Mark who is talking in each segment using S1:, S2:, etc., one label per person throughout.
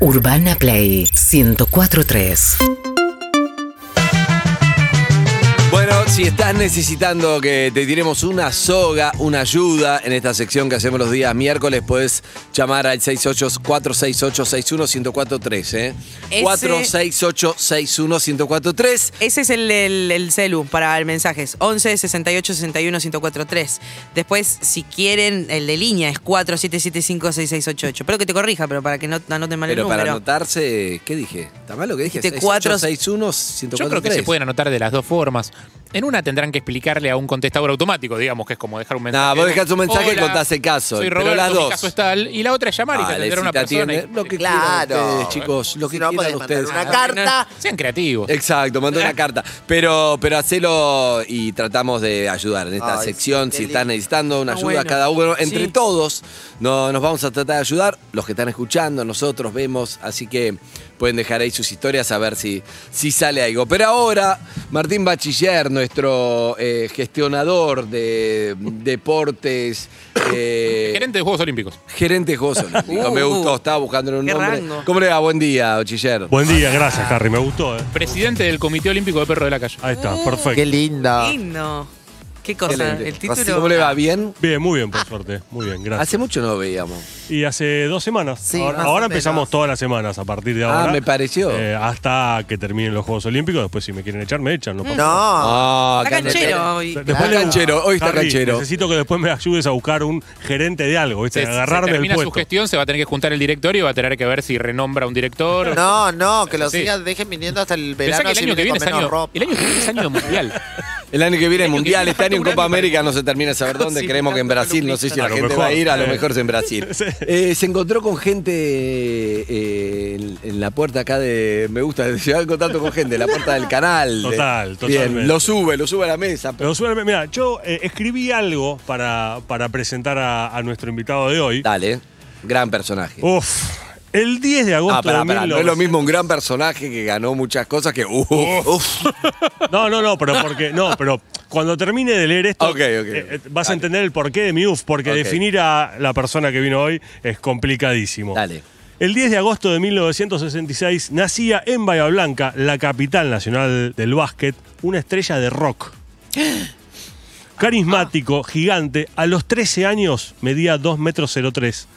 S1: Urbana Play 1043.
S2: Bueno, si estás necesitando que te tiremos una soga, una ayuda en esta sección que hacemos los días miércoles, puedes llamar al 468-681-1043. ¿eh?
S3: Ese-
S2: 468-681-1043.
S3: Ese es el, el, el celu para el mensajes. 11 68 61 1043. Después, si quieren, el de línea es 4775 6688. Espero que te corrija, pero para que no anoten mal
S2: Pero
S3: el
S2: para
S3: número.
S2: anotarse, ¿qué dije? ¿Está mal lo que dije?
S3: Dijiste cuatro-
S2: 461-1043.
S4: Yo creo que se pueden anotar de las dos formas. En una tendrán que explicarle a un contestador automático, digamos, que es como dejar un
S2: No,
S4: mensaje.
S2: vos dejás un mensaje y
S4: Hola,
S2: contás el caso,
S4: Soy
S2: pero
S4: Roberto,
S2: las
S4: mi
S2: dos.
S4: caso es tal. Y la otra es llamar y te
S2: Dale,
S4: atenderá
S2: si
S4: una
S2: te
S4: persona. y-
S2: atienden, lo que
S5: Claro.
S2: quieran ustedes, chicos, lo que
S5: Si no,
S2: quieran
S5: podés mandar
S2: ustedes.
S5: una
S3: Ah, no.
S5: carta.
S4: Sean creativos.
S2: Exacto, mandó una carta. Pero, pero hacelo y tratamos de ayudar en esta
S5: Ay,
S2: sección.
S5: qué
S2: Si
S5: lindo.
S2: estás necesitando una
S3: Ah,
S2: ayuda
S3: bueno.
S2: cada uno, entre
S3: Sí.
S2: todos no, nos vamos a tratar de ayudar. Los que están escuchando, nosotros vemos. Así que pueden dejar ahí sus historias a ver si, si sale algo. Pero ahora, Martín Bachiller, nuestro eh, gestionador de deportes. eh,
S4: Gerente de Juegos Olímpicos.
S2: Gerente de Juegos Olímpicos. Me
S3: Uh,
S2: gustó, estaba buscando un
S3: qué
S2: nombre.
S3: rango.
S2: ¿Cómo le va? Buen día, Bachiller.
S6: Buen día, gracias, Harry. Me gustó, ¿eh?
S4: Presidente del Comité Olímpico de Perro de la Calle.
S6: Ahí
S2: Mm.
S6: está, perfecto.
S5: Qué linda.
S3: Lindo. ¿Qué cosa?
S2: Excelente.
S3: El título.
S2: ¿Cómo le va? ¿Bien?
S6: Bien, muy bien, por suerte. Muy bien, gracias.
S2: Hace mucho no lo veíamos.
S6: Y hace dos semanas.
S5: Sí,
S6: ahora
S5: más o
S6: ahora
S5: menos.
S6: empezamos todas las semanas a partir de
S2: Ah,
S6: ahora.
S2: me pareció.
S6: Eh, hasta que terminen los Juegos Olímpicos. Después, si me quieren echar, me echan. No pasa nada.
S5: No.
S2: Ah,
S3: Está
S2: acá no-
S3: canchero hoy.
S6: Después
S2: Está
S6: le-
S2: canchero, hoy está
S6: Harry,
S2: canchero.
S6: Necesito que después me ayudes a buscar un gerente de algo, ¿viste?
S4: Se, se
S6: Agarrarme el
S4: termina su
S6: puesto.
S4: gestión, se va a tener que juntar el directorio y va a tener que ver si renombra un director.
S5: No, no, que lo
S4: Sí.
S5: sigan, dejen viniendo hasta el
S4: Pensá
S5: verano
S4: que el
S5: si
S4: año que
S5: vienen
S4: viene es
S5: con menos
S4: año,
S5: ropa.
S4: el año que viene es año mundial.
S2: El año que viene es mundial,
S4: viene
S2: está en
S4: falta un
S2: Copa
S4: año para
S2: América, no se termina de saber dónde.
S4: Sí,
S2: Creemos que en
S4: mirando
S2: Brasil, no sé si la
S6: A lo
S2: gente
S6: mejor,
S2: va a ir, a lo
S6: eh.
S2: mejor es en Brasil. Eh, se encontró con gente eh, en, en la puerta acá de. Me gusta, se va en contacto con gente, en la puerta del canal. Bien,
S6: Total, totalmente.
S2: lo sube, lo sube a la mesa.
S6: Pero suéltame, mira, yo eh, escribí algo para, para presentar a, a nuestro invitado de hoy.
S2: Dale, gran personaje.
S6: Uh, Uf, el 10 de agosto
S2: Ah, pará,
S6: de
S2: pará, no es
S6: 1900.
S2: lo mismo un gran personaje que ganó muchas cosas que. uh, uf.
S6: No, no, no, pero porque. No, pero cuando termine de leer esto,
S2: Ok, ok, ok.
S6: eh, eh, vas
S2: Dale.
S6: a entender el porqué de mi UF, porque
S2: Ok.
S6: definir a la persona que vino hoy es complicadísimo.
S2: Dale.
S6: El 10 de agosto de 1966 nacía en Bahía Blanca, la capital nacional del básquet, una estrella de rock. Carismático, gigante, a los 13 años medía 2 metros 03.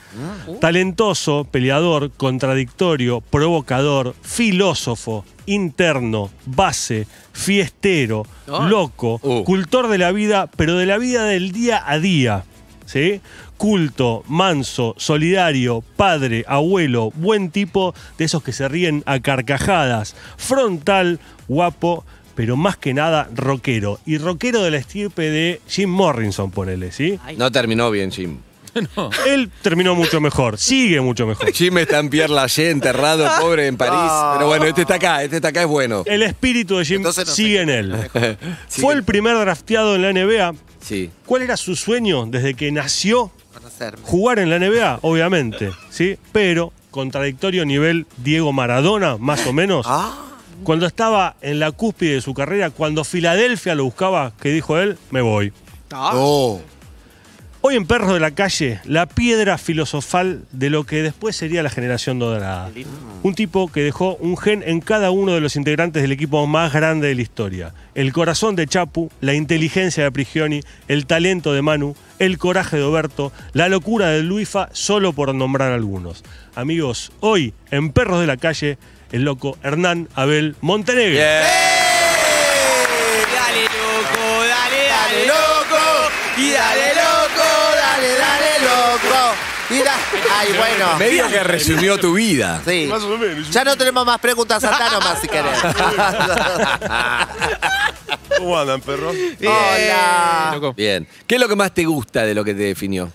S6: Talentoso, peleador, contradictorio, provocador, filósofo, interno, base, fiestero, loco,
S2: Uh.
S6: cultor de la vida, pero de la vida del día a día. ¿sí? Culto, manso, solidario, padre, abuelo, buen tipo, de esos que se ríen a carcajadas, frontal, guapo, pero más que nada rockero. Y rockero de la estirpe de Jim Morrison, ponele, ¿sí?
S2: No terminó bien, Jim.
S6: Él terminó mucho mejor, sigue mucho mejor.
S2: Jim está en Pierre Lachaise, enterrado, pobre, en París. Pero bueno, este está acá, este está acá, es bueno.
S6: El espíritu de Jim
S5: Entonces no sé
S6: sigue en él.
S2: Sí,
S6: Eh, Fue el primer drafteado en la NBA.
S2: Sí.
S6: ¿Cuál era su sueño desde que nació?
S5: Conocerme.
S6: Jugar en la NBA, obviamente, ¿sí? Pero contradictorio nivel Diego Maradona, más o menos.
S5: Ah.
S6: Cuando estaba en la cúspide de su carrera, cuando Filadelfia lo buscaba, que dijo él, me voy.
S5: No.
S6: Hoy en Perros de la Calle, la piedra filosofal de lo que después sería la generación dorada. Un tipo que dejó un gen en cada uno de los integrantes del equipo más grande de la historia. El corazón de Chapu, la inteligencia de Prigioni, el talento de Manu, el coraje de Oberto, la locura de Luifa, solo por nombrar algunos. Amigos, hoy en Perros de la Calle, el loco Hernán Abel Montenegro.
S3: Dale, loco, dale,
S5: Dale loco, y dale loco, dale, dale loco. Y da- Ay, bueno.
S2: Medio que resumió tu vida.
S5: Sí. Ya no tenemos más preguntas, Santá nomás si querés.
S7: ¿Cómo andan, perro?
S5: Hola.
S4: Loco.
S2: Bien. ¿Qué es lo que más te gusta de lo que te definió?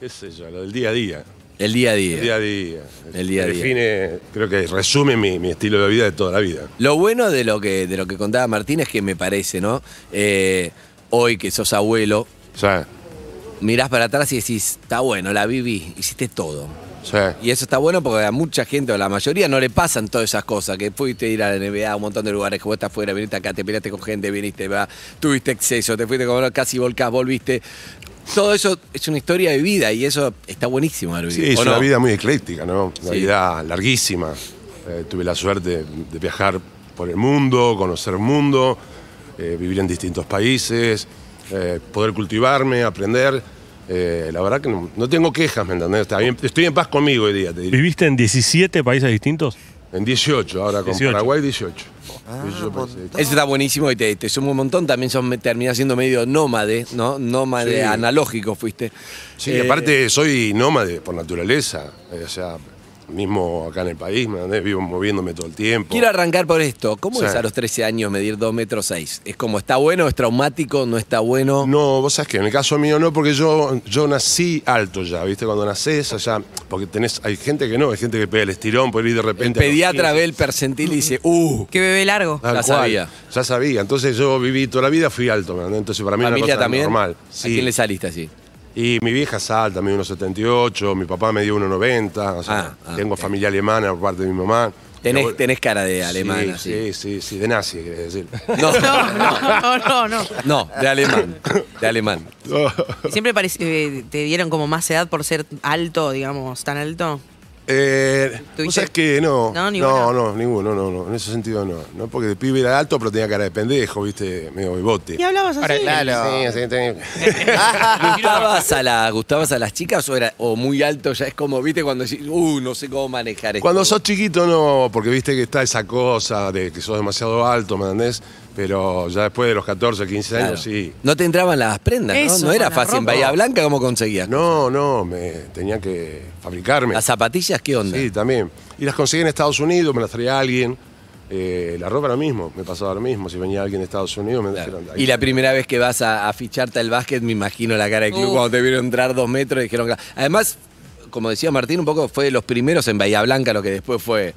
S7: ¿Qué sé yo? Lo del día a día.
S2: El día a
S7: El
S2: día.
S7: día a día.
S2: El día a día.
S7: Define, creo que resume mi, mi estilo de vida de toda la vida.
S2: Lo bueno de lo que, de lo que contaba Martín es que me parece, ¿no? Eh, hoy que sos abuelo,
S7: O sea,
S2: mirás para atrás y decís, está bueno, la viví, hiciste todo.
S7: o sea,
S2: Y eso está bueno porque a mucha gente, o a la mayoría, no le pasan todas esas cosas. Que fuiste a ir a la NBA, a un montón de lugares, jugaste afuera, viniste acá, te peleaste con gente, viniste, va, tuviste exceso, te fuiste con casi volcás, volviste. todo eso es una historia de vida y eso está buenísimo. Darby,
S7: Sí, es
S2: ¿o
S7: una
S2: no?
S7: vida muy ecléctica, ¿no? Una
S2: Sí.
S7: vida larguísima. Eh, tuve la suerte de viajar por el mundo, conocer el mundo, eh, vivir en distintos países, eh, poder cultivarme, aprender. Eh, la verdad que no, no tengo quejas, ¿me entendés? Está bien- estoy en paz conmigo hoy día, te diría.
S6: ¿Viviste en 17 países distintos?
S7: En 18, ahora con
S6: 18.
S7: Paraguay 18. 18 países.
S2: Eso está buenísimo y te, te suma un montón. También son, terminás siendo medio nómade, ¿no? Nómade
S7: Sí.
S2: analógico fuiste.
S7: Sí,
S2: Eh,
S7: aparte soy nómade por naturaleza. eh, o sea, mismo acá en el país, ¿me entendés? Vivo moviéndome todo el tiempo.
S2: Quiero arrancar por esto. ¿Cómo
S7: Sí.
S2: es a los 13 años medir 2 metros 6? ¿Es como está bueno, es traumático, no está bueno?
S7: No, vos sabés que en el caso mío no, porque yo, yo nací alto ya, ¿viste? Cuando nacés allá, porque tenés, hay gente que no, hay gente que pega el estirón por ir de
S2: el
S7: repente. a los
S2: pediatra
S7: 15.
S2: ve el percentil y dice, ¡uh!
S3: Que bebé largo.
S7: Tal
S2: Ya
S7: cual,
S2: sabía.
S7: Ya sabía. Entonces yo viví toda la vida, fui alto, ¿me entendés? Entonces para mí era una
S2: ¿Familia
S7: cosa
S2: también?
S7: normal.
S2: ¿A
S7: Sí.
S2: quién le saliste así?
S7: Y mi vieja es alta, mide 1,78, mi papá me dio 1,90. O sea,
S2: Ah, ah,
S7: tengo
S2: ok.
S7: familia alemana por parte de mi mamá. Mi
S2: Tenés,
S7: abuelo-
S2: tenés cara de Eh, alemana, sí.
S7: sí, sí, sí, sí, de nazi, querés decir.
S2: No,
S3: No,
S2: Ah.
S3: no, no, no.
S2: no, de alemán. De alemán.
S7: Oh,
S3: ¿Siempre parec- eh, te dieron como más edad por ser alto, digamos, tan alto?
S7: Eh,
S3: ¿Tuviste?
S7: ¿Vos sabés que no?
S3: No,
S7: No,
S3: ninguno.
S7: no, ninguno, no, no, en ese sentido no. No porque de pibe era alto, pero tenía cara de pendejo, viste, medio bigote.
S3: Y hablabas así.
S4: Ahora,
S5: Claro.
S7: Sí, sí, sí.
S2: Ah, ¿Gustabas a, la, ¿Gustabas a las chicas o, era, o muy alto? Ya es como, viste, cuando decís, uh, no sé cómo manejar esto.
S7: Cuando sos chiquito no, porque viste que está esa cosa de que sos demasiado alto, ¿me entendés? Pero ya después de los 14, 15
S2: Claro.
S7: años, sí.
S2: No te entraban las prendas, ¿no?
S3: Eso,
S2: no era
S3: la
S2: fácil. En
S3: ropa.
S2: Bahía Blanca, ¿cómo conseguías?
S7: No, no, me tenía que fabricarme.
S2: ¿Las zapatillas qué onda?
S7: Sí, también. Y las conseguí en Estados Unidos, me las traía alguien. Eh, la ropa lo mismo, me pasaba lo mismo. Si venía alguien de Estados Unidos, me
S2: Claro.
S7: dijeron,
S2: Y la primera vez que vas a, a ficharte al básquet, me imagino la cara del club
S3: Uf.
S2: cuando te vieron entrar dos metros y dijeron. "Claro". Además, como decía Martín, un poco fue de los primeros en Bahía Blanca, lo que después fue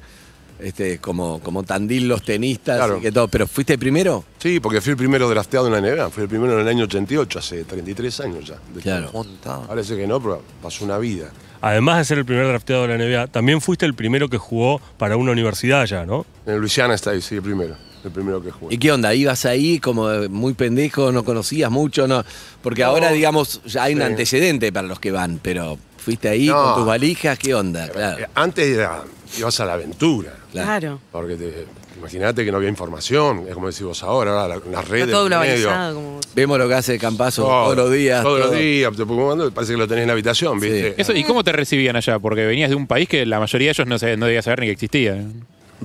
S2: este, como, como Tandil los tenistas
S7: Claro.
S2: y que todo. Pero fuiste primero.
S7: Sí, porque fui el primero drafteado en la NBA, fui el primero en el año 88, hace 33 años ya.
S2: Claro.
S5: Montón.
S7: Ahora sé que no, pero pasó una vida.
S6: Además de ser el primer drafteado de la NBA, también fuiste el primero que jugó para una universidad allá, ¿no?
S7: En Luisiana está ahí, sí, el primero, el primero que jugué.
S2: ¿Y qué onda? ¿Ibas ahí como eh, muy pendejo, no conocías mucho? no Porque ahora, digamos, ya hay un
S7: Sí.
S2: antecedente para los que van, pero fuiste ahí
S7: No.
S2: con tus valijas, ¿qué onda? Claro.
S7: Eh, Antes era, ibas a la aventura,
S3: Claro.
S7: porque te- imagínate que no había información, es como decís vos ahora, ahora la- las redes,
S3: Está todo
S7: los medios.
S3: globalizado. Como...
S2: Vemos lo que hace Campazo
S7: Todo,
S2: todos los días.
S7: Todos los
S2: todo.
S7: días, te pongo mandando, parece que lo tenés en la habitación,
S2: Sí.
S7: ¿viste?
S4: Eso, ¿Y cómo te recibían allá? Porque venías de un país que la mayoría de ellos no, se, no debía saber ni que existía. No,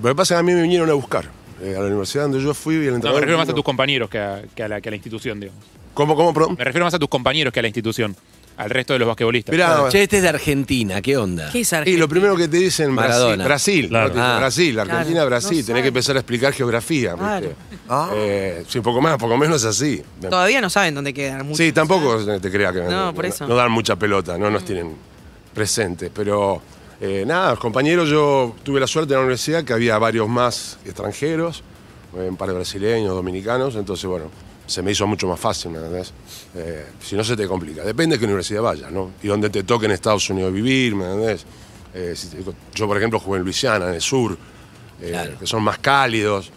S7: Lo que pasa es que a mí me vinieron a buscar. eh, a la universidad donde yo fui, el
S4: me
S7: entrenador.
S4: refiero más a
S7: vino-
S4: tus compañeros que a, que a la, que a la institución, digamos.
S7: ¿Cómo, cómo, perdón?
S4: Me refiero más a tus compañeros que a la institución, al resto de los basquetbolistas.
S7: Mirá,
S2: Che, este es de Argentina, ¿qué onda?
S3: ¿Qué es
S7: Y
S3: Argentina?
S7: lo primero que te dicen Brasil,
S2: Maradona.
S7: Brasil,
S6: Claro.
S7: no te dicen
S2: Ah.
S7: Brasil, Argentina,
S3: Claro.
S7: Brasil,
S3: No
S7: tenés
S3: saben.
S7: que empezar a explicar geografía,
S3: Claro.
S7: ¿viste?
S5: Ah.
S7: Eh, sí, poco más, poco menos así.
S3: Todavía no saben dónde quedan. muchos.
S7: Sí, tampoco te creas que
S3: No, por eso. Mm.
S7: no dan mucha pelota, no nos tienen presentes, pero eh, nada, los compañeros, yo tuve la suerte en la universidad que había varios más extranjeros, eh, un par de brasileños, dominicanos, entonces bueno, se me hizo mucho más fácil, ¿me entendés? Eh, si no se te complica, depende de qué universidad vayas, ¿no? Y dónde te toque en Estados Unidos vivir, ¿me entendés? Eh, si te- yo, por ejemplo, jugué en Luisiana, en el sur, eh, que son más cálidos,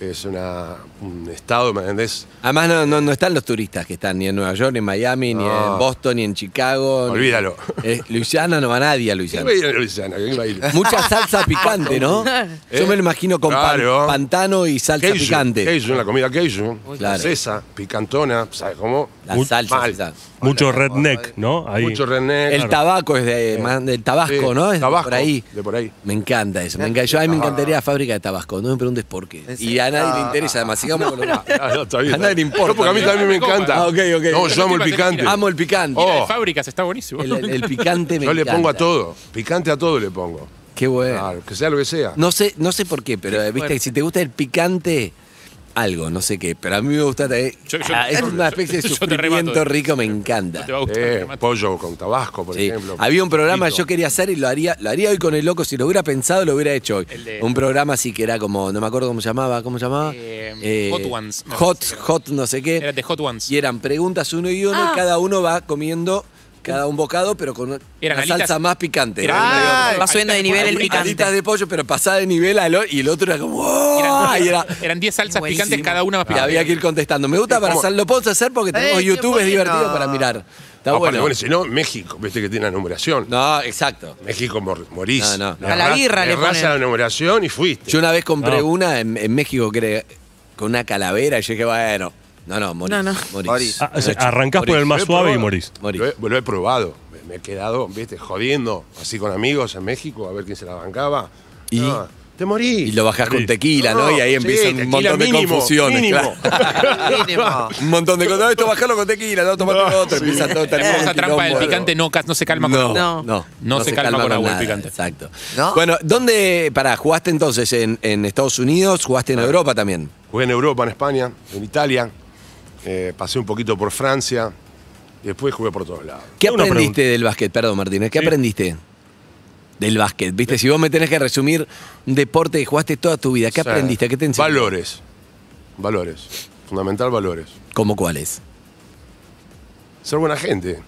S7: es una- un estado, ¿me entendés?
S2: Además, no, no, no están los turistas que están ni en Nueva York, ni en Miami, ni
S7: No.
S2: en Boston, ni en Chicago. ni-
S7: Olvídalo.
S2: Eh, Luisiana no va nadie a
S7: ¿Quién
S2: Luisiana.
S7: va a ir a Luisiana? ¿Quién va a ir?
S2: Mucha salsa picante, ¿no? Yo me lo imagino con pan-
S7: Eh, Claro.
S2: pantano y salsa
S7: Queijo,
S2: picante.
S7: Queijo, la comida queijo.
S2: Claro.
S7: Francesa, picantona, ¿sabes cómo?
S2: La
S7: Muy
S2: salsa,
S7: mal.
S2: esa.
S6: Mucho redneck, ¿no? Ahí.
S7: Mucho redneck.
S2: El tabaco es de, más del Tabasco,
S7: Eh, Sí,
S2: ¿no? Es de
S7: Tabasco,
S2: por ahí.
S7: de por ahí.
S2: Me encanta eso. Me encanta. Yo a mí me encantaría la fábrica de Tabasco. No me preguntes por qué.
S5: En
S2: Y
S5: serio.
S2: a nadie le interesa. Además, sigamos con los-
S7: Ah, no, está bien,
S2: A nadie
S7: está bien.
S2: le importa.
S7: No, porque a mí también me
S4: Copa.
S7: encanta.
S2: Ah, ok, ok.
S7: No,
S2: Yo
S7: yo amo el
S4: te iba a decir,
S7: picante.
S2: Amo el picante.
S4: Mira, de
S7: Oh.
S4: fábricas está buenísimo.
S2: El, el- el picante me
S7: Yo le
S2: encanta.
S7: pongo a todo. Picante a todo le pongo.
S2: Qué bueno.
S7: Claro, que sea lo que sea.
S2: No sé, no sé por qué, pero eh, viste,
S3: fuerte.
S2: si te gusta el picante, algo, no sé qué. Pero a mí me gusta también.
S4: Yo- yo-
S2: Ah, es
S4: yo-
S2: una especie de
S4: yo- yo te remato,
S2: sufrimiento
S4: eh.
S2: rico, me encanta.
S4: Te va a gustar,
S7: Eh,
S4: remate.
S7: pollo con tabasco, por
S2: Sí.
S7: ejemplo.
S2: Había un programa que
S7: Frito.
S2: yo quería hacer y lo haría, lo haría hoy con el loco. Si lo hubiera pensado, lo hubiera hecho hoy.
S4: El de-
S2: Un programa así que era como, no me acuerdo cómo se llamaba, ¿cómo se llamaba?
S4: Eh, Hot Ones, me
S2: Hot,
S4: parece que era.
S2: hot, no sé qué.
S4: Era de Hot Ones.
S2: Y eran preguntas uno y uno,
S5: Ah.
S2: y cada uno va comiendo cada un bocado, pero con una
S4: Eran
S2: una salsa
S4: alitas-
S2: más picante.
S4: Eran-
S2: Una y otra.
S4: Alitas-
S3: Va subiendo de nivel el
S4: Alitas-
S3: picante.
S2: Alitas de pollo, pero pasada de nivel al o- y el otro era como. ¡oh! Y era-
S4: Eran 10 salsas
S3: Buenísimo.
S4: picantes, cada una más
S2: y
S4: picante.
S2: había que ir contestando. Me gusta para
S7: como-
S2: hacer, lo podemos hacer porque tenemos
S5: Eh,
S2: YouTube,
S5: ¿por
S2: es
S5: qué
S2: divertido
S5: no?
S2: para mirar.
S4: Ah,
S2: Está
S7: Aparte,
S2: bueno.
S7: si no, México, viste que tiene la numeración.
S2: No, exacto.
S7: México mor- morís.
S2: No, no.
S3: A la
S7: errás-
S3: birra le
S7: errás
S3: ponen.
S7: a la numeración y fuiste.
S4: Este,
S2: Yo una vez compré
S6: No.
S2: una en, en México que era con una calavera y yo dije, bueno, no, no, morís.
S3: No, no.
S2: morís.
S5: Morís.
S6: Ah, o sea,
S2: Morís.
S6: arrancás por el más
S7: Lo he
S6: suave y
S7: probado.
S6: morís.
S2: Morís.
S7: Lo he, lo he probado. Me, me he quedado, viste, jodiendo así con amigos en México a ver quién se la bancaba.
S2: ¿Y?
S7: No, te morís.
S2: Y lo bajás con
S6: Sí.
S2: tequila, ¿no? Y ahí
S7: Sí,
S2: empieza un
S7: tequila
S2: montón de
S7: mínimo,
S2: confusiones.
S7: mínimo.
S2: claro.
S5: Mínimo.
S2: un montón de cosas. No, esto bajarlo con tequila, no, tomate con otro. Empieza todo termina
S4: Esa
S2: un
S4: trampa del
S2: quilombo.
S4: picante no, ca- no se calma con
S2: no,
S4: agua.
S2: no,
S3: No,
S4: no se calma con agua el
S2: nada,
S4: picante.
S2: Exacto.
S5: ¿No?
S2: Bueno, ¿dónde, pará, jugaste entonces en, en Estados Unidos? ¿Jugaste en
S4: Ah.
S2: Europa también?
S7: Jugué en Europa, en España, en Italia. eh, pasé un poquito por Francia. Y después jugué por todos lados.
S2: ¿Qué
S6: Tengo una
S2: aprendiste
S6: pregunta.
S2: del básquet? Perdón, Martínez, ¿qué
S6: Sí.
S2: aprendiste del básquet? Viste, si vos me tenés que resumir un deporte que jugaste toda tu vida, ¿qué
S7: O sea,
S2: aprendiste? ¿Qué te enseñó?
S7: Valores. Valores. Fundamental valores.
S2: ¿Cómo cuáles?
S7: Ser buena gente.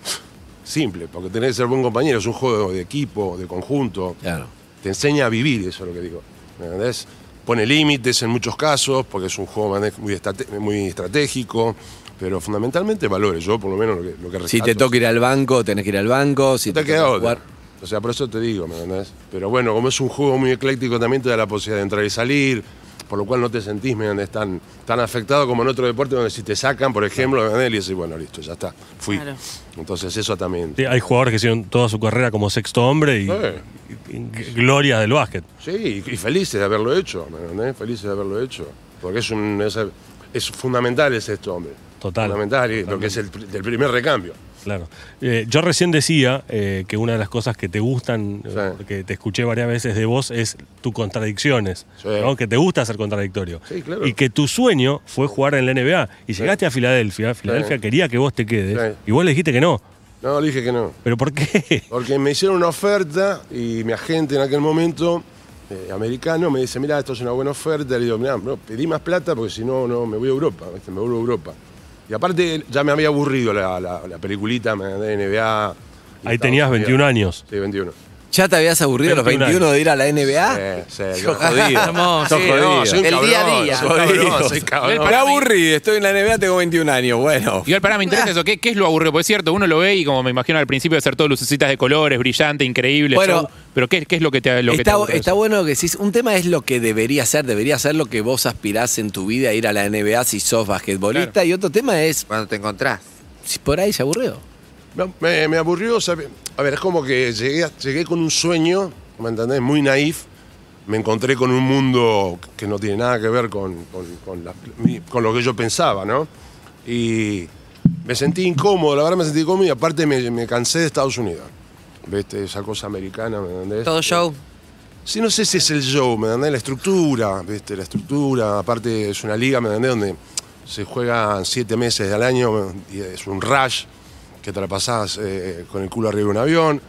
S7: Simple, porque tenés que ser buen compañero. Es un juego de equipo, de conjunto.
S2: Claro.
S7: Te enseña a vivir, eso es lo que digo. ¿Me entendés? Pone límites en muchos casos, porque es un juego ¿me entendés? muy, estate- muy estratégico. Pero fundamentalmente valores. Yo, por lo menos, lo que, lo que
S2: Si te
S7: rescato.
S2: toca ir al banco, tenés que ir al banco. Si
S7: No te
S2: toca
S7: queda otra.
S2: jugar-
S7: O sea, por eso te digo, ¿me entendés? Pero bueno, como es un juego muy ecléctico también te da la posibilidad de entrar y salir, por lo cual no te sentís, ¿me entendés? Tan, tan afectado como en otro deporte donde si te sacan, por ejemplo, ¿me entendés? Y decís, bueno, listo, ya está, fui.
S3: Claro.
S7: Entonces eso también.
S6: Sí, hay jugadores que hicieron toda su carrera como sexto hombre y,
S7: Eh,
S6: y- y glorias del básquet.
S7: Sí, y y felices de haberlo hecho, ¿me entendés? Felices de haberlo hecho. Porque es, un, es, es fundamental es esto, hombre.
S6: Total.
S7: Fundamental, y lo que es el, pr- del primer recambio.
S6: Claro. Eh, yo recién decía eh, que una de las cosas que te gustan, eh,
S7: Sí.
S6: que te escuché varias veces de vos, es tus contradicciones.
S7: Sí.
S6: ¿no? Que te gusta ser contradictorio.
S7: Sí, claro.
S6: Y que tu sueño fue jugar en la NBA. Y llegaste a Filadelfia. Filadelfia
S7: Sí.
S6: quería que vos te quedes.
S7: Sí.
S6: Y vos le dijiste que no.
S7: No, le dije que no.
S6: ¿Pero por qué?
S7: Porque me hicieron una oferta y mi agente en aquel momento, eh, americano, me dice, mira, esto es una buena oferta. Le digo, mira, pedí más plata porque si no, no, me voy a Europa, ¿viste? me vuelvo a Europa. Y aparte ya me había aburrido la, la- la peliculita me- de NBA.
S6: Ahí tenías 21 años.
S7: Sí, 21.
S2: ¿Ya te habías aburrido a los
S6: 21
S2: 21 de ir a la NBA?
S7: Sí, sí,
S2: Sos
S7: no.
S2: jodido.
S3: Hermoso.
S2: Sos
S3: Sí,
S2: jodido.
S7: no, soy un
S2: El
S7: cabrón,
S2: día a día.
S7: soy un cabrón, soy cabrón.
S2: Me aburrí, estoy en la NBA, tengo 21 años. Bueno,
S4: Igual para me interesa eso, ¿qué, qué es lo aburrido? Porque es cierto, uno lo ve y como me imagino al principio de hacer todo lucecitas de colores, brillante, increíble,
S2: Bueno.
S4: show, pero ¿qué, qué es lo que te lo que te
S2: está,
S4: aburre de
S2: está
S4: eso?
S2: bueno lo que decís. Un tema es lo que debería ser. Debería ser lo que vos aspirás en tu vida, ir a la NBA si sos basquetbolista.
S4: Claro.
S2: Y otro tema es
S5: Cuando te encontrás.
S2: si por ahí se aburrió.
S7: No, Me, me aburrió, ¿sabe? a ver, es como que llegué, a- llegué con un sueño, ¿me entendés? Muy naif. Me encontré con un mundo que no tiene nada que ver con, con- con la- mi- con lo que yo pensaba, ¿no? Y me sentí incómodo, la verdad me sentí incómodo y aparte me, me cansé de Estados Unidos. ¿Viste? Esa cosa americana, ¿me entendés?
S3: Todo show.
S7: Sí, no sé si es el show, ¿me entendés? La estructura, ¿viste? La estructura, aparte es una liga, ¿me entendés? Donde se juegan siete meses al año y es un rush que te la pasás eh, con el culo arriba de un avión,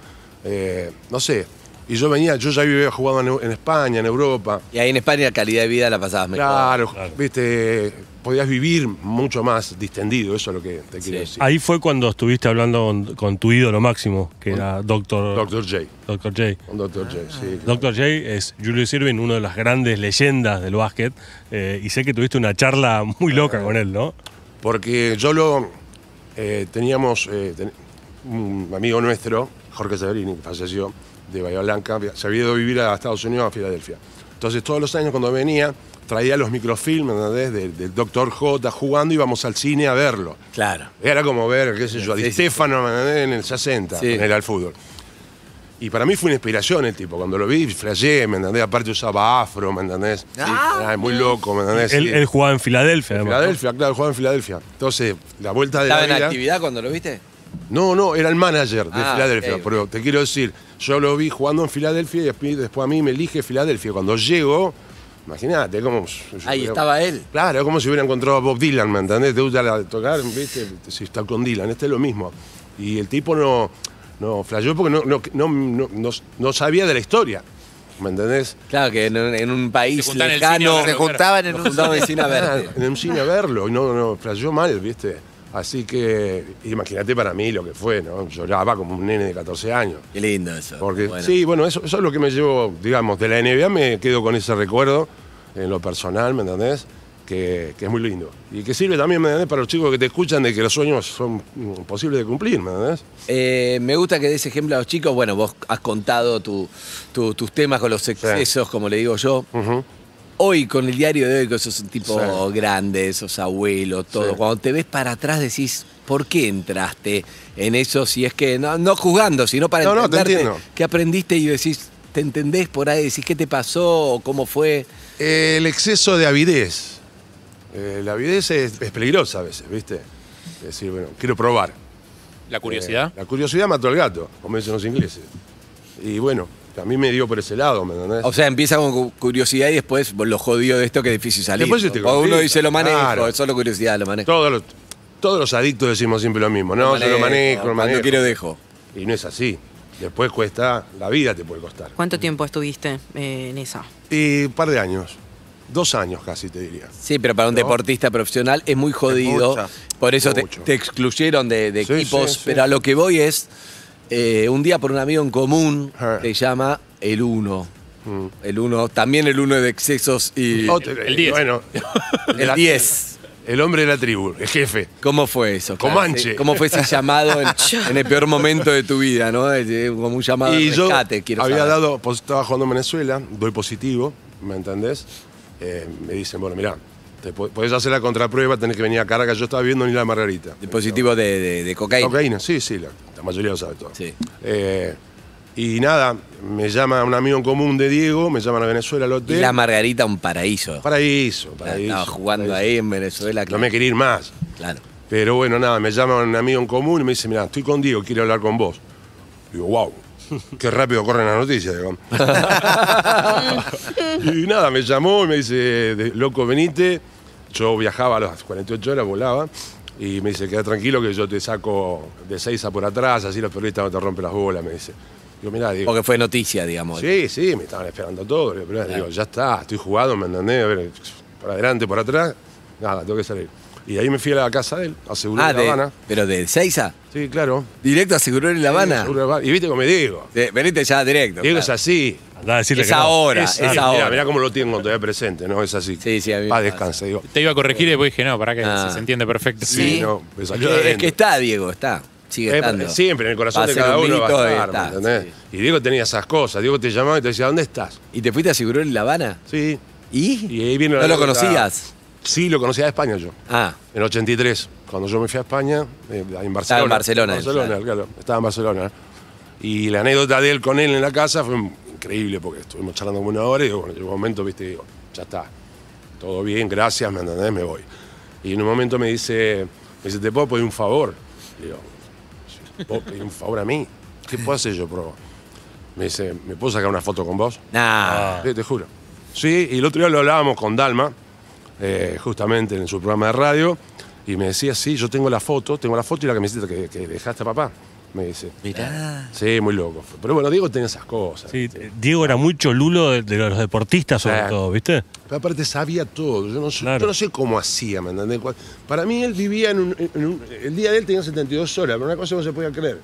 S7: eh, no sé. Y yo venía, yo ya había jugado en Eu- en España, en Europa,
S2: Y ahí en España la calidad de vida la pasabas mejor.
S7: Claro, viste, podías vivir mucho más distendido, eso es lo que te
S2: Sí.
S7: quiero decir.
S6: Ahí fue cuando estuviste hablando con, con tu ídolo máximo, que era Dr.
S7: Dr. J.
S6: Dr. J.
S7: Un Dr. J, sí.
S6: Dr. J es Julius Irving, una de las grandes leyendas del básquet, eh, y sé que tuviste una charla muy loca con él, ¿no?
S7: Porque yo lo. eh, teníamos eh, ten- un amigo nuestro, Jorge Severini, que falleció, de Bahía Blanca, había- se había ido a vivir a Estados Unidos, a Filadelfia. Entonces, todos los años cuando venía, traía los microfilms ¿entendés? de- del Dr. J jugando y íbamos al cine a verlo.
S2: Claro.
S7: Era como ver, qué sé yo, a
S2: Sí,
S7: Di
S2: sí, sí.
S7: Stefano ¿me entendés? en el 60,
S2: Sí.
S7: en el al fútbol. Y para mí fue una inspiración el tipo. Cuando lo vi, flasheé, ¿me entendés? Aparte usaba afro, ¿me entendés?
S5: Ah.
S7: Ay, muy loco, ¿me entendés?
S6: Él,
S7: Eh, Sí.
S6: él jugaba en Filadelfia, además. ¿no?
S7: Filadelfia, claro, jugaba en Filadelfia. Entonces, la vuelta de la
S2: ¿Estaba en
S7: vida-
S2: actividad cuando lo viste?
S7: No, no, era el manager de
S2: Ah,
S7: Filadelfia.
S2: ok.
S7: Pero te quiero decir, yo lo vi jugando en Filadelfia y después, después a mí me elige Filadelfia. Cuando llego, imagínate cómo.
S2: Ahí estaba él.
S7: Claro, como si hubiera encontrado a Bob Dylan, ¿me entendés? Te gusta la- tocar, ¿viste? Si está con Dylan, este es lo mismo. Y el tipo no, no flasheó porque no, no, no, no- no- no sabía de la historia, ¿me entendés?
S2: Claro, que en, un- en un país
S4: Se juntan en el
S2: lejano.
S4: cine
S5: Se
S4: Claro,
S5: juntaban en
S2: Nos
S5: un.
S2: juntaban en cine a verte.
S7: en un cine Ah, a verlo y no, no, flasheó mal, ¿viste? Así que imagínate para mí lo que fue, ¿no? Lloraba como un nene de 14 años.
S2: Qué lindo eso.
S7: Porque,
S2: Bueno.
S7: Sí, bueno, eso, eso es lo que me llevo, digamos, de la NBA me quedo con ese recuerdo en lo personal, ¿me entendés? que, que es muy lindo. Y que sirve también, ¿me entendés? Para los chicos que te escuchan de que los sueños son mm, posibles de cumplir, ¿me entendés?
S2: Eh, me gusta que des ejemplo a los chicos. Bueno, vos has contado tu- tu- tus temas con los excesos, como le digo yo.
S7: Ujú.
S2: Hoy, con el diario de hoy, que sos un tipo
S7: Sí.
S2: grande, sos abuelo, todo.
S7: Sí.
S2: Cuando te ves para atrás decís, ¿por qué entraste en eso? Si es que, no, no juzgando, sino para
S7: No, no, te
S2: entenderte
S7: entiendo.
S2: que aprendiste y decís, ¿te entendés por ahí? Decís, ¿qué te pasó? o ¿Cómo fue?
S7: Eh, el exceso de avidez. Eh, la avidez es, es peligrosa a veces, ¿viste? Es decir, bueno, quiero probar.
S4: La curiosidad.
S7: Eh, la curiosidad mató al gato, como dicen los ingleses. Y bueno, a mí me dio por ese lado, ¿me entendés?
S2: O sea, empieza con cu- curiosidad y después lo jodió de esto que es difícil salir.
S7: Después yo te
S2: ¿no? O uno
S7: confieso,
S2: dice, lo manejo,
S7: claro.
S2: es solo curiosidad, lo manejo.
S7: todos, los, todos los adictos decimos siempre lo mismo, no, yo lo manejo, lo
S2: Cuando
S7: manejo.
S2: quiero dejo.
S7: Y no es así. Después cuesta, la vida te puede costar.
S3: ¿Cuánto tiempo estuviste eh, en esa?
S7: Y un par de años, dos años casi te diría.
S2: Sí, pero para un
S7: ¿No?
S2: deportista profesional es muy jodido.
S7: mucha,
S2: por eso te,
S7: mucho.
S2: te excluyeron de, de
S7: Sí,
S2: equipos.
S7: sí, sí.
S2: Pero a lo que voy es, eh, un día por un amigo en común
S7: Ah.
S2: te llama el uno. El uno, también el uno de excesos y
S7: Mm. Otro-
S4: el- el 10.
S7: Bueno,
S2: el 10.
S7: El hombre de la tribu, el jefe.
S2: ¿Cómo fue eso?
S7: Comanche.
S2: sí. ¿Cómo fue ese llamado en, en el peor momento de tu vida, no? Es, eh, Como un llamado
S7: y
S2: de
S7: yo
S2: rescate, quiero
S7: había
S2: saber.
S7: dado, pues, estaba jugando en Venezuela, doy positivo, ¿me entendés? Eh, me dicen, bueno, mirá, te po- podés hacer la contraprueba, tenés que venir a carga. Yo estaba viendo ni la margarita.
S2: El positivo de, de- de cocaína.
S7: Cocaína, sí, sí, la, la mayoría lo sabe todo.
S2: Sí.
S7: Eh, y nada, me llama un amigo en común de Diego, me llaman a Venezuela al
S2: Y
S7: hotel.
S2: la Margarita, un paraíso.
S7: paraíso,
S2: La-
S7: paraíso.
S2: Estaba jugando
S7: paraíso.
S2: ahí en Venezuela.
S7: No me quería ir más.
S2: Claro.
S7: Pero bueno, nada, me llama un amigo en común y me dice, mira, estoy con Diego, quiero hablar con vos. Digo, wow, qué rápido corren las noticias. digo. y nada, me llamó y me dice, de- loco, venite. Yo viajaba a las 48 horas, volaba. Y me dice, queda tranquilo que yo te saco de Seiza por atrás, así los periodistas no te rompen las bolas, me dice. Digo, mirá, Diego.
S2: Porque fue noticia, digamos.
S7: Sí, sí, me estaban esperando todo. Pero digo, ya está, estoy jugado, ¿me entendés? A ver, para adelante, para atrás, nada, tengo que salir. Y ahí me fui a la casa de él, aseguré
S2: Ah,
S7: La
S2: de-
S7: Habana.
S2: pero de Seiza,
S7: Sí, claro.
S2: directo a Seguro en La Habana.
S7: Sí, aseguré La Habana. Y viste cómo me digo.
S2: De- venite ya directo.
S7: Diego es
S2: claro.
S7: así.
S6: Andá a decirle
S2: Es
S6: que no.
S2: ahora, es,
S7: Mirá,
S2: ahora.
S7: Mirá cómo lo tengo todavía presente, ¿no? Es así.
S2: Sí, sí, a mí me
S7: Paz,
S2: pasa.
S7: descansa, digo.
S4: Te iba a corregir y después dije, no, para que
S2: Ah.
S4: si se entiende perfecto.
S3: Sí.
S7: Sí, no, me salió de
S2: es, que
S7: adentro.
S2: está, Diego, está. Sigue
S7: Eh,
S2: estando.
S7: siempre en el corazón
S2: Va a
S7: de
S2: ser
S7: cada
S2: un
S7: uno va
S2: grito
S7: a
S2: y
S7: estar, ¿me
S2: está,
S7: entendés? Y Diego tenía esas cosas. Diego te llamaba y te decía, ¿dónde estás?
S2: ¿Y te fuiste a Seguro en La Habana?
S7: Sí.
S2: ¿Y?
S7: Y ahí viene la
S2: ¿No lo
S7: anécdota.
S2: conocías?
S7: Sí, lo conocía de España yo.
S2: Ah,
S7: En 83, cuando yo me fui a España, eh, en Barcelona.
S2: Estaba en Barcelona,
S7: Barcelona,
S2: claro.
S7: claro, Estaba en Barcelona. Y la anécdota de él con él en la casa fue increíble, porque estuvimos charlando como una hora y digo, bueno, llegó un momento, viste, digo, ya está, todo bien, gracias, me entendés, me voy. Y en un momento me dice, me dice, ¿te puedo pedir un favor? Le digo, "Sí, ¿puedo pedir un favor a mí? ¿Qué puedo hacer yo, pro? Me dice, ¿me puedo sacar una foto con vos?
S6: Ah.
S2: nah.
S7: Sí, Ah, eh, te juro. Sí, y el otro día lo hablábamos con Dalma, eh, justamente en su programa de radio, y me decía, sí, yo tengo la foto, tengo la foto y la camiseta que, que dejaste a papá. Me dice.
S2: Mirá.
S7: Sí, muy loco. Pero bueno, Diego tenía esas cosas.
S6: Sí, eh, Diego era muy cholulo de, de los deportistas, sobre
S7: Sí.
S6: todo, ¿viste?
S7: Pero aparte sabía todo. Yo no sé,
S6: Claro.
S7: yo no sé cómo hacía, ¿me entendés? Cuál- Para mí él vivía en un, en un- El día de él tenía 72 horas, pero una cosa no se podía creer.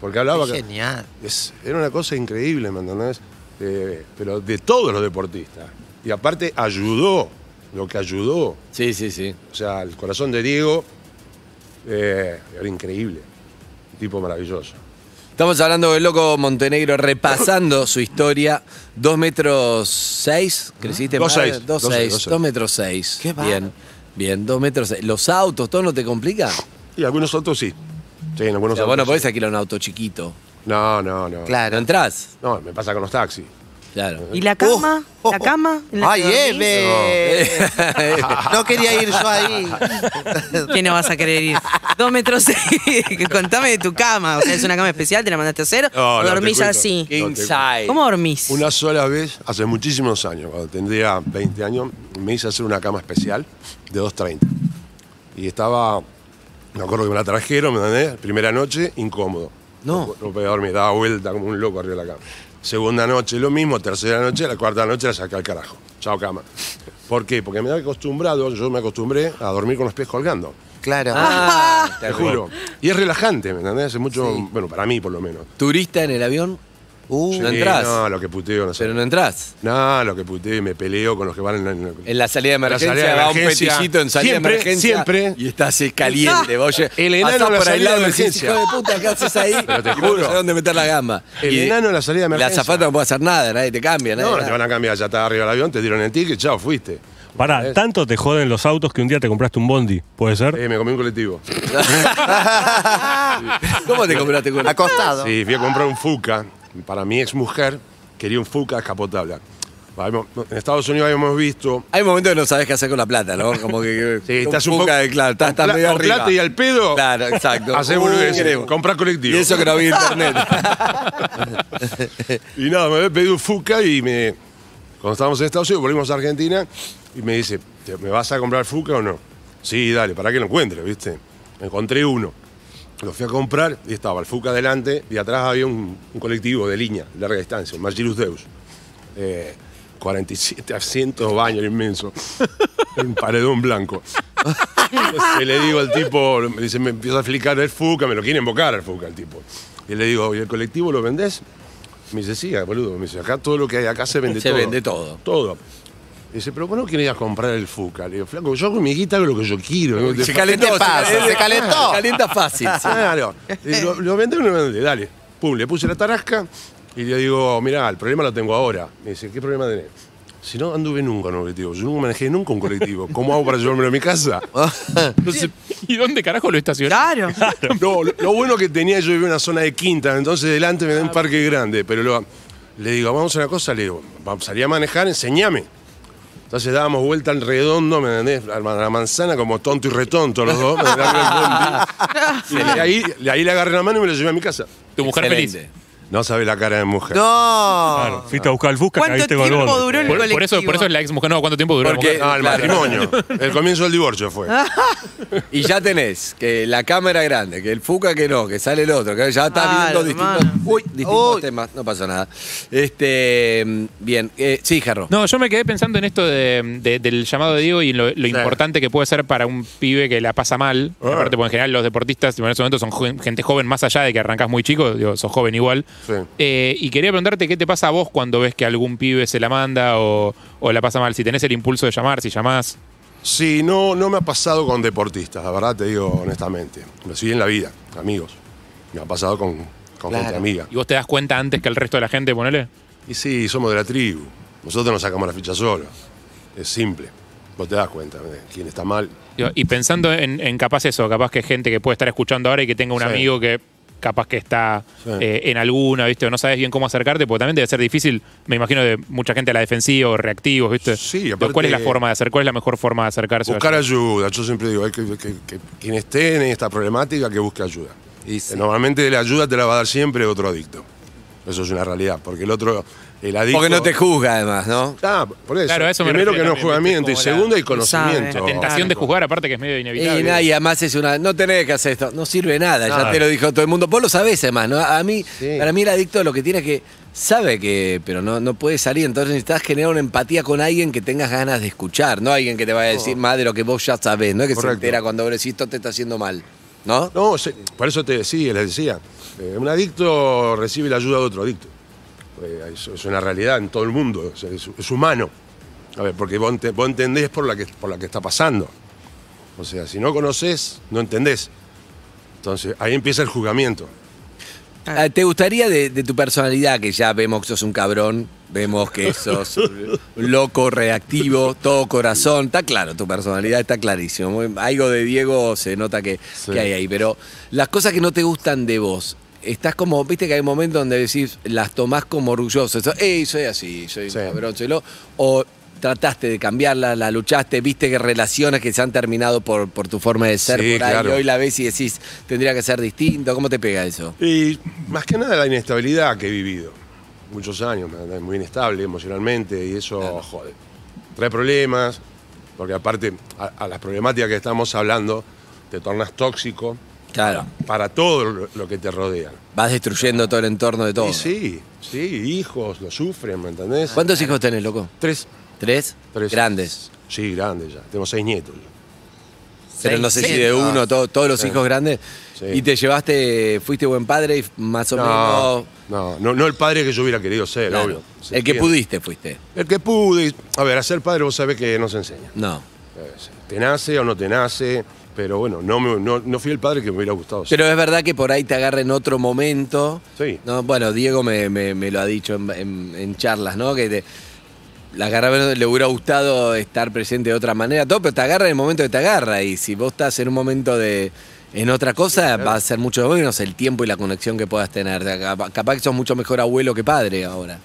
S7: Porque hablaba... que-
S5: Genial.
S7: Es- era una cosa increíble, ¿me entendés? Eh, pero de todos los deportistas. Y aparte ayudó, lo que ayudó.
S2: Sí, sí, sí.
S7: O sea, el corazón de Diego eh, era increíble. Un tipo maravilloso.
S2: Estamos hablando del loco Montenegro repasando su historia. Dos metros seis, creciste
S7: Dos
S2: más?
S7: seis,
S2: Dos,
S7: dos
S2: seis,
S7: seis, dos seis.
S2: dos metros seis.
S5: Qué
S2: bien,
S5: bárbaro.
S2: bien, dos metros seis. ¿Los autos, todo no te complica?
S7: Y algunos otros sí. Sí, en algunos
S2: O sea,
S7: otros
S2: vos no podés
S7: sí.
S2: alquilar un auto chiquito.
S7: No, no, no.
S2: ¿No
S5: Claro.
S2: entrás?
S7: No, me pasa con los taxis.
S2: Claro.
S3: ¿Y la cama?
S7: Oh.
S3: ¿La cama? en la que
S5: Oh, ¡Ay,
S7: eh,
S3: dormís?
S5: Eve! No quería ir yo ahí.
S3: ¿Qué no vas a querer ir? Dos metros seis. Contame de tu cama. O sea, es una cama especial, te la mandaste a hacer.
S7: No,
S3: o
S7: no, te
S3: dormís
S7: cuento.
S3: así.
S7: te-
S2: Inside.
S3: ¿Cómo dormís?
S7: Una sola vez, hace muchísimos años, cuando tendría 20 años, me hice hacer una cama especial de 2.30. Y estaba, me acuerdo que me la trajeron, ¿me entendés? Primera noche, incómodo.
S2: No.
S7: No podía dormir, daba vuelta como un loco arriba de la cama. Segunda noche, lo mismo. Tercera noche, la cuarta noche la saqué al carajo. Chao cama. ¿Por qué? Porque me había acostumbrado, yo me acostumbré a dormir con los pies colgando.
S5: Claro.
S2: Ah,
S7: Te juro. Y es relajante, ¿me entendés? Es mucho, bueno, para mí por lo menos.
S2: ¿Turista en el avión?
S5: Uh.
S2: No entrás.
S7: No, lo que puteo, no sé.
S2: Pero no entras.
S7: No, lo que puteo y me peleo con los que van en, la- en la-
S2: En la salida de
S7: la
S2: emergencia
S7: salida de
S2: va
S7: emergencia.
S2: un petillito en salida
S7: Siempre,
S2: de emergencia.
S7: siempre. Ah.
S2: Y está así caliente. Vos lle-
S7: El enano
S2: pasás
S7: en la
S2: por al
S7: salida
S2: lado
S7: de
S2: y decís,
S7: emergencia.
S2: Hijo de puta, ¿qué haces ahí?
S7: Pero te
S2: Y vos No
S7: juro.
S2: sabés dónde meter la gama.
S7: El
S2: Y-
S7: enano en la salida de emergencia.
S2: La zafata no puede hacer nada, nadie te cambia. Nadie,
S7: No, no
S2: nada.
S7: te van a cambiar, ya estás arriba del avión, te dieron el ticket, chao, fuiste.
S6: Pará, tanto te joden los autos que un día te compraste un bondi, ¿puede ser?
S7: Eh, me comí un colectivo.
S2: ¿Cómo te compraste con
S5: Acostado.
S7: Sí, fui a comprar un Fuca. Para mi ex mujer, quería un Fuca escapotable. Habíamos- En Estados Unidos habíamos visto.
S2: Hay momentos que no sabes qué hacer con la plata, ¿no? Como que.
S7: Sí, estás un
S2: poca
S7: poco-
S2: de- claro, estás, estás
S7: con pla-
S2: medio
S7: con
S2: arriba.
S7: plata y al pedo,
S2: Claro, exacto.
S7: hacer
S2: Uh,
S7: boludeces,
S2: queremos.
S7: comprar colectivo.
S2: Y eso que no había internet.
S7: Y nada, me había pedido un Fuca y me. Cuando estábamos en Estados Unidos, volvimos a Argentina y me dice, "Te- ¿me vas a comprar Fuca o no? Sí, dale, para que lo encuentre, ¿viste? Encontré uno. Lo fui a comprar y estaba el Fuca adelante y atrás había un, un colectivo de línea, larga distancia, un Magirus Deus. Eh, 47 asientos, baño inmenso. un paredón blanco. Y le digo al tipo, me dice, me empieza a explicar el Fuca, me lo quiere invocar al Fuca el tipo. Y le digo, ¿y el colectivo lo vendés? Me dice, sí, ah, boludo. Me dice, acá todo lo que hay acá se vende
S2: Se
S7: todo.
S2: vende todo.
S7: Todo. Me dice, pero vos no querías comprar el Fuca. Le digo, flaco, yo con mi guita hago lo que yo quiero. No te
S2: Se
S7: fa-
S2: calentó.
S5: ¿Qué te pasa? Se calentó.
S2: Se calienta fácil. sí.
S7: Claro. Le digo, ¿Lo, vende o no lo vende? Dale. Pum, le puse la tarasca y le digo, mirá, el problema lo tengo ahora. Me dice, ¿qué problema tenés? Si no anduve nunca en un colectivo, yo nunca manejé nunca un colectivo. ¿Cómo hago para llevármelo a mi casa?
S4: ¿Y dónde carajo lo estacionaron?
S3: Claro.
S7: No, lo, lo bueno que tenía yo vivía en una zona de quinta, entonces delante me da un parque grande, pero lo- le digo, vamos a una cosa, le digo, va- salí a manejar, enseñame. Entonces dábamos vuelta al redondo, ¿me entendés? A la manzana como tonto y retonto los dos. me agarré el bondi. Y de ahí, de ahí le agarré la mano y me lo llevé a mi casa.
S4: Tu mujer
S2: Excelente.
S4: feliz.
S7: No sabe la cara de mujer.
S5: No.
S6: Claro, fuiste a buscar el busca,
S3: ¿Cuánto
S6: caíste con el
S3: tiempo
S6: bondi.
S3: duró el
S4: Por,
S3: colectivo?
S4: por eso, por eso es la ex mujer. No, ¿cuánto tiempo duró? la
S2: Porque-
S4: mujer?
S7: No, el
S2: Claro. Ah.
S7: matrimonio. El comienzo del divorcio fue.
S2: Y ya tenés que la cámara grande, que el Fuca que no, que sale el otro, que ya está
S3: Claro,
S2: viendo distintos,
S3: hermano.
S2: uy, distintos
S5: Uy.
S2: temas, no pasa nada. Este, mm, bien, eh, sí, Jarro.
S4: No, yo me quedé pensando en esto de- de- del llamado de Diego y lo, lo importante que puede ser para un pibe que la pasa mal.
S7: Ah.
S4: Aparte, porque en general los deportistas bueno, en ese momento son jo- gente joven, más allá de que arrancás muy chico, digo, sos joven igual.
S7: Sí.
S4: Eh, y quería preguntarte qué te pasa a vos cuando ves que algún pibe se la manda o, o la pasa mal. Si tenés el impulso de llamar, si llamás.
S7: Sí, no, no me ha pasado con deportistas, la verdad te digo honestamente. Pero sí en la vida, amigos. Me ha pasado con, con gente amiga.
S4: Y vos te das cuenta antes que el resto de la gente, ponele.
S7: Y sí, somos de la tribu. Nosotros nos sacamos la ficha solos. Es simple. Vos te das cuenta ¿eh? quién está mal.
S4: Digo, Y pensando en, en capaz eso, capaz que gente que puede estar escuchando ahora y que tenga un
S7: Sí.
S4: amigo que capaz que está
S7: Sí.
S4: eh, en alguna, ¿viste? O no sabes bien cómo acercarte, porque también debe ser difícil, me imagino, de mucha gente a la defensiva o reactivos, ¿viste?
S7: Sí,
S4: Digo,
S7: aparte-
S4: ¿Cuál es la forma de hacer? ¿Cuál es la mejor forma de acercarse?
S7: Buscar ayuda. Yo siempre digo, hay que, que- que quien esté en esta problemática, que busque ayuda. Eh,
S2: Y sí.
S7: Normalmente la ayuda te la va a dar siempre otro adicto. Eso es una realidad, porque el otro, el adicto...
S2: Porque no te juzga además, ¿no?
S7: Ah, por eso.
S4: Claro, a eso me
S7: Primero que
S4: refiero
S7: no es
S4: también,
S7: jugamiento y
S4: ¿viste? Como la-
S7: segundo hay
S3: No sabe.
S7: conocimiento.
S4: La tentación de juzgar, aparte que es medio
S2: Y,
S4: inevitable.
S2: nada, y además es una. No tenés que hacer esto, no sirve nada, ya
S7: Nada.
S2: te lo dijo todo el mundo. Vos lo sabés además, ¿no? A mí,
S7: Sí.
S2: para mí el adicto lo que tiene es que sabe que, pero no, no puede salir. Entonces necesitas generar una empatía con alguien que tengas ganas de escuchar, no alguien que te vaya a decir más de lo que vos ya sabés, no es que se
S7: Correcto.
S2: entera cuando vos decís esto te está haciendo mal. ¿No?
S7: No, se- por eso te decía, les decía, eh, un adicto recibe la ayuda de otro adicto. Eh, eso es una realidad en todo el mundo, o sea, es, es humano. A ver, porque vos, ente- vos entendés por la, que, por la que está pasando. O sea, si no conoces, no entendés. Entonces, ahí empieza el juzgamiento.
S2: Ah, ¿Te gustaría de, de tu personalidad, que ya vemos que sos un cabrón, vemos que sos un loco, reactivo, todo corazón? Está claro, tu personalidad está clarísimo. Muy- Algo de Diego se nota que,
S7: Sí.
S2: que hay ahí, pero las cosas que no te gustan de vos, estás como, viste que hay momentos donde decís, las tomás como orgulloso, eso, "Ey, soy así, soy un
S7: Sí.
S2: cabrón, soy lo, o trataste de cambiarla, la luchaste, viste que relaciones que se han terminado por, por tu forma de ser,
S7: Sí,
S2: por ahí,
S7: claro.
S2: y hoy la ves y decís, tendría que ser distinto, ¿cómo te pega eso?
S7: Y más que nada la inestabilidad que he vivido. Muchos años, me- muy inestable emocionalmente y eso jode. Trae problemas, porque aparte a, a las problemáticas que estamos hablando, te tornas tóxico
S2: Claro.
S7: para todo lo- lo que te rodea.
S2: Vas destruyendo todo el entorno de todo.
S7: Y sí, sí, hijos lo sufren, ¿me entendés?
S2: ¿Cuántos hijos tenés, loco?
S7: Tres.
S2: ¿Tres?
S7: Tres.
S2: Grandes.
S7: Sí, grandes ya. Tengo seis nietos.
S2: Pero no sé si de uno, to- todos los hijos grandes.
S7: Sí.
S2: Y te llevaste, fuiste buen padre y más o
S7: No,
S2: menos.
S7: no, no, no el padre que yo hubiera querido ser,
S2: Claro.
S7: obvio. Se
S2: el que
S7: entiende.
S2: pudiste fuiste.
S7: El que pude. y- A ver, a ser padre vos sabés que no se enseña.
S2: No.
S7: Eh, sí. Te nace o no te nace, pero bueno, no, me- no, no fui el padre que me hubiera gustado ser.
S2: Pero es verdad que por ahí te agarra en otro momento.
S7: Sí.
S2: No, bueno, Diego me, me- me lo ha dicho en, en- en charlas, ¿no? Que te, la agarra, bueno, le hubiera gustado estar presente de otra manera, todo, pero te agarra en el momento que te agarra. Y si vos estás en un momento de. En otra cosa va a ser mucho menos el tiempo y la conexión que puedas tener. O sea, capa- Capaz que sos mucho mejor abuelo que padre ahora.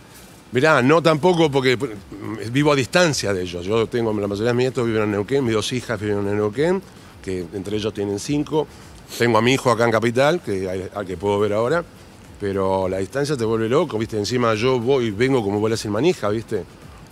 S7: Mirá, no tampoco porque mm, vivo a distancia de ellos. Yo tengo, la mayoría de mis nietos viven en Neuquén, mis dos hijas viven en Neuquén, que entre ellos tienen cinco. Tengo a mi hijo acá en Capital, que, al- al que puedo ver ahora, pero la distancia te vuelve loco, ¿viste? Encima yo voy, vengo como bola sin manija, ¿viste?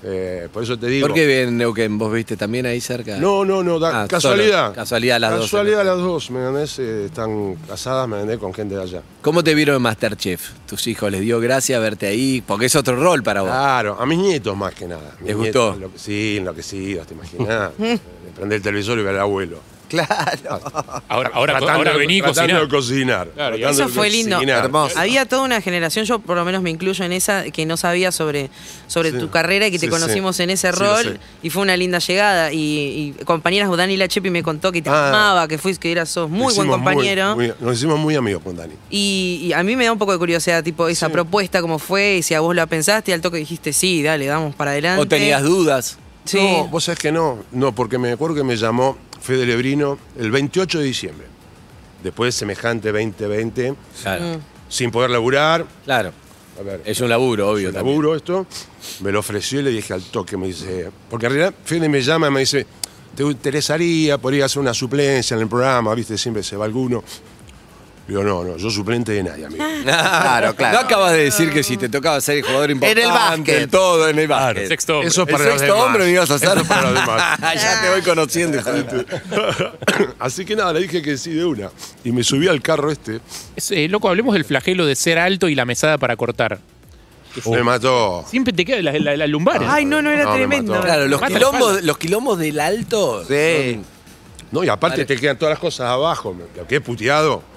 S7: Eh, por eso te digo...
S2: ¿Por qué bien Neuquén? ¿Vos viste también ahí cerca?
S7: No, no, no, da-
S2: Ah,
S7: casualidad.
S2: solo. Casualidad las dos.
S7: Casualidad las dos, ¿me entendés? Eh, están casadas, ¿me entendés? Con gente de allá.
S2: ¿Cómo te vieron en Masterchef? ¿Tus hijos les dio gracia verte ahí? Porque es otro rol para vos.
S7: Claro, a mis nietos más que nada. Mis
S2: ¿Les
S7: nietos,
S2: gustó?
S7: enloque- sí, enloquecidos, te imaginás. Prender el televisor y ver al abuelo.
S5: Claro.
S4: Ahora, ahora,
S7: Tratando-
S4: ahora vení a
S7: tratando
S4: cocinar.
S7: de cocinar.
S4: Claro, y
S7: tratando
S4: ahora-
S3: Eso
S7: de
S3: fue lindo.
S7: cocinar.
S5: Hermoso.
S3: Había toda una generación, yo por lo menos me incluyo en esa, que no sabía sobre, sobre
S7: Sí.
S3: tu carrera y que te
S7: Sí,
S3: conocimos
S7: sí.
S3: en ese
S7: Sí, lo
S3: rol
S7: sé.
S3: y fue una linda llegada. Y, y compañeras, Dani Lachepi me contó que te
S7: Ah.
S3: amaba, que fuiste, que eras sos muy
S7: Nos
S3: buen
S7: hicimos
S3: compañero.
S7: muy- nos hicimos muy amigos con Dani.
S3: Y, y a mí me da un poco de curiosidad, tipo, esa propuesta, cómo fue, y si a vos la pensaste, y al toque dijiste, sí, dale, damos para adelante.
S2: ¿O tenías dudas?
S3: Sí. Eh,
S7: No, vos sabés que no. No, porque me acuerdo que me llamó Fede Lebrino el 28 de diciembre. Después de semejante 2020,
S2: Claro.
S7: sin poder laburar.
S2: Claro.
S7: A ver,
S2: Es un laburo, obvio.
S7: el
S2: también.
S7: laburo esto, me lo ofreció y le dije al toque, me dice, porque en realidad Fede me llama y me dice, ¿te interesaría? Podría hacer una suplencia en el programa, viste, siempre se va alguno. Digo, no, no, yo suplente de nadie, amigo.
S2: Ah.
S5: Claro, claro.
S2: No acabas de decir que si te tocaba ser el jugador importante
S5: básquet.
S2: en todo, en el
S6: Claro.
S2: básquet.
S4: Sexto hombre.
S7: Eso es
S2: El
S7: para los
S2: sexto
S7: demás.
S2: hombre me ibas a
S7: Eso
S2: hacer.
S7: es para los demás.
S2: ya te voy conociendo, hijo de tu-
S7: Así que nada, le dije que sí de una. Y me subí al carro este.
S4: Es, eh, loco, hablemos del flagelo de ser alto y la mesada para cortar.
S7: Me mató.
S4: Siempre te queda la, la- la lumbar. ¿eh?
S3: Ay, no, no era
S7: Oh. No, me
S3: tremendo.
S7: mató.
S2: Claro, los
S4: Mata la
S2: quilombos,
S4: espalda.
S2: los quilombos del alto.
S5: Sí.
S7: No, y aparte
S2: Vale.
S7: te quedan todas las cosas abajo. Me quedé puteado.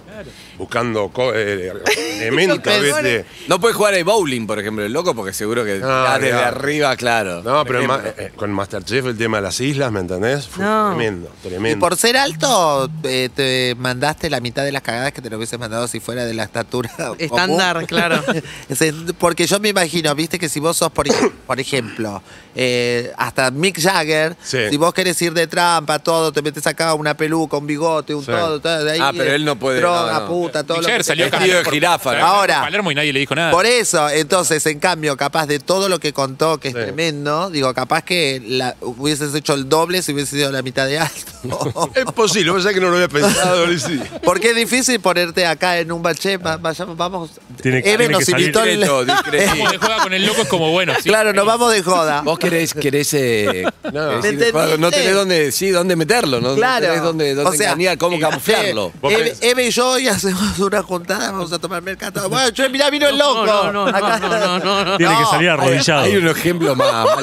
S7: Buscando co- eh, elementa,
S3: Los
S7: ¿viste?
S2: No puedes jugar al bowling, por ejemplo, el loco, porque seguro que
S7: Ah,
S2: ah, desde
S7: mirá.
S2: arriba, claro.
S7: No, pero
S2: Por
S7: ma-
S2: ejemplo.
S7: eh, eh, con Masterchef el tema de las islas, ¿me entendés? Fue
S3: No.
S7: tremendo,
S5: Y
S7: tremendo.
S5: por ser alto, eh, te mandaste la mitad de las cagadas que te lo hubieses mandado si fuera de la estatura. común.
S3: Estándar, claro.
S5: Es en- Porque yo me imagino, viste, que si vos sos, por, ej- por ejemplo, eh, hasta Mick Jagger,
S7: Sí.
S5: si vos querés ir de trampa, todo, te metes acá una peluca, un bigote, un
S7: Sí.
S5: todo, todo, de ahí.
S2: Ah, pero
S5: eh,
S2: él no puede,
S5: Droga,
S2: no, no.
S5: puta, todo lo
S4: Ayer
S5: que-
S4: salió a
S2: Vestido
S4: caminar
S2: de
S4: por-
S2: jirafa,
S4: salió
S2: ¿no?
S5: Ahora.
S4: a Palermo y nadie le dijo nada.
S5: Por eso, entonces, en cambio, capaz de todo lo que contó, que es
S7: Sí.
S5: tremendo, digo, capaz que la, hubieses hecho el doble si hubiese sido la mitad de alto.
S7: Es posible, pasa que no lo había pensado, Lizzy.
S5: Porque es difícil ponerte acá en un bache, va- vayamos, vamos.
S6: Tiene que-
S5: Eve
S6: tiene
S5: nos
S6: que salir.
S5: invitó al-
S2: Discreto, discreto.
S4: Como que juega con el loco es como bueno. sí.
S5: Claro, nos vamos de joda.
S2: Vos querés, querés, eh,
S7: No.
S2: querés ir de jugador, no tenés dónde, sí, dónde meterlo, no, No
S5: Claro.
S2: tenés dónde, dónde engañar, cómo
S5: eh,
S2: camuflarlo.
S7: Vos
S5: Eve,
S7: pensás-
S5: Eve y yo hoy hacemos una juntada, vamos a tomar mercado. Bueno, che, mirá, vino el
S3: No,
S5: loco.
S3: no, no, no,
S5: Acá-
S3: no, no, no, no.
S6: Tiene que salir arrodillado.
S2: Hay un ejemplo más.
S5: No,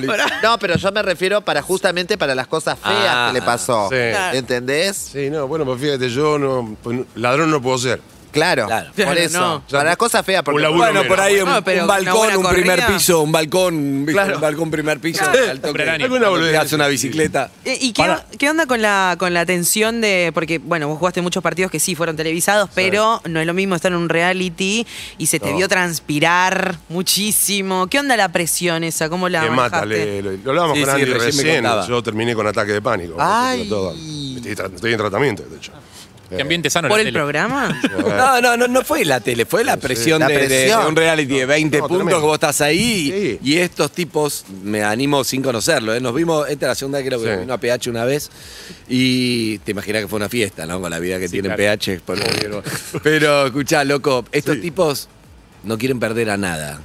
S5: no,
S2: más-
S5: no, pero yo me refiero para justamente para las cosas feas
S2: Ah,
S5: que le pasó.
S7: sí.
S5: ¿Entendés?
S7: Sí, no, bueno, pues fíjate, yo no, pues, no- ladrón no puedo ser.
S5: Claro,
S2: Claro.
S5: por
S3: Claro,
S5: eso.
S3: no.
S5: Para las cosas feas, porque
S7: Un laburo
S2: Bueno,
S7: menos.
S2: por ahí un,
S3: No, pero
S2: un
S3: una buena
S2: balcón, un
S3: corrida.
S2: primer piso, un balcón, ¿viste? un balcón, primer piso, al toque.
S4: Hombre araña.
S2: Alguna boludez. Hace una bicicleta.
S3: Eh, ¿Y qué,
S6: Para.
S3: qué onda con la, con la tensión de.? Porque, bueno, vos jugaste muchos partidos que sí fueron televisados, pero no es lo mismo estar en un reality y se te vio transpirar muchísimo. ¿Qué onda la presión esa? ¿Cómo la.?
S7: Que mata,
S3: manejaste?
S7: le- le- lo hablábamos
S2: Sí,
S7: con
S2: sí,
S7: Andy
S2: recién me
S7: recién.
S2: contaba.
S7: Yo terminé con ataque de pánico.
S5: Ay.
S7: Todo. Estoy, tra- estoy en tratamiento, de hecho.
S2: Ah,
S4: Qué ambiente sano
S3: ¿Por
S4: la
S3: el
S4: tele.
S3: programa?
S2: No, no, no, no fue la tele, fue la presión,
S5: La
S2: de- de- De,
S5: presión.
S2: un reality de 20
S7: No,
S2: puntos
S7: tremendo.
S2: que vos estás ahí
S7: Sí.
S2: y estos tipos, me animo sin conocerlo, ¿eh? nos vimos, esta es la segunda vez que lo
S7: Sí.
S2: vino a PH una vez y te imaginas que fue una fiesta, ¿no? Con la vida que tiene
S4: claro.
S2: PH. por- pero escuchá, loco, estos tipos no quieren perder a nada.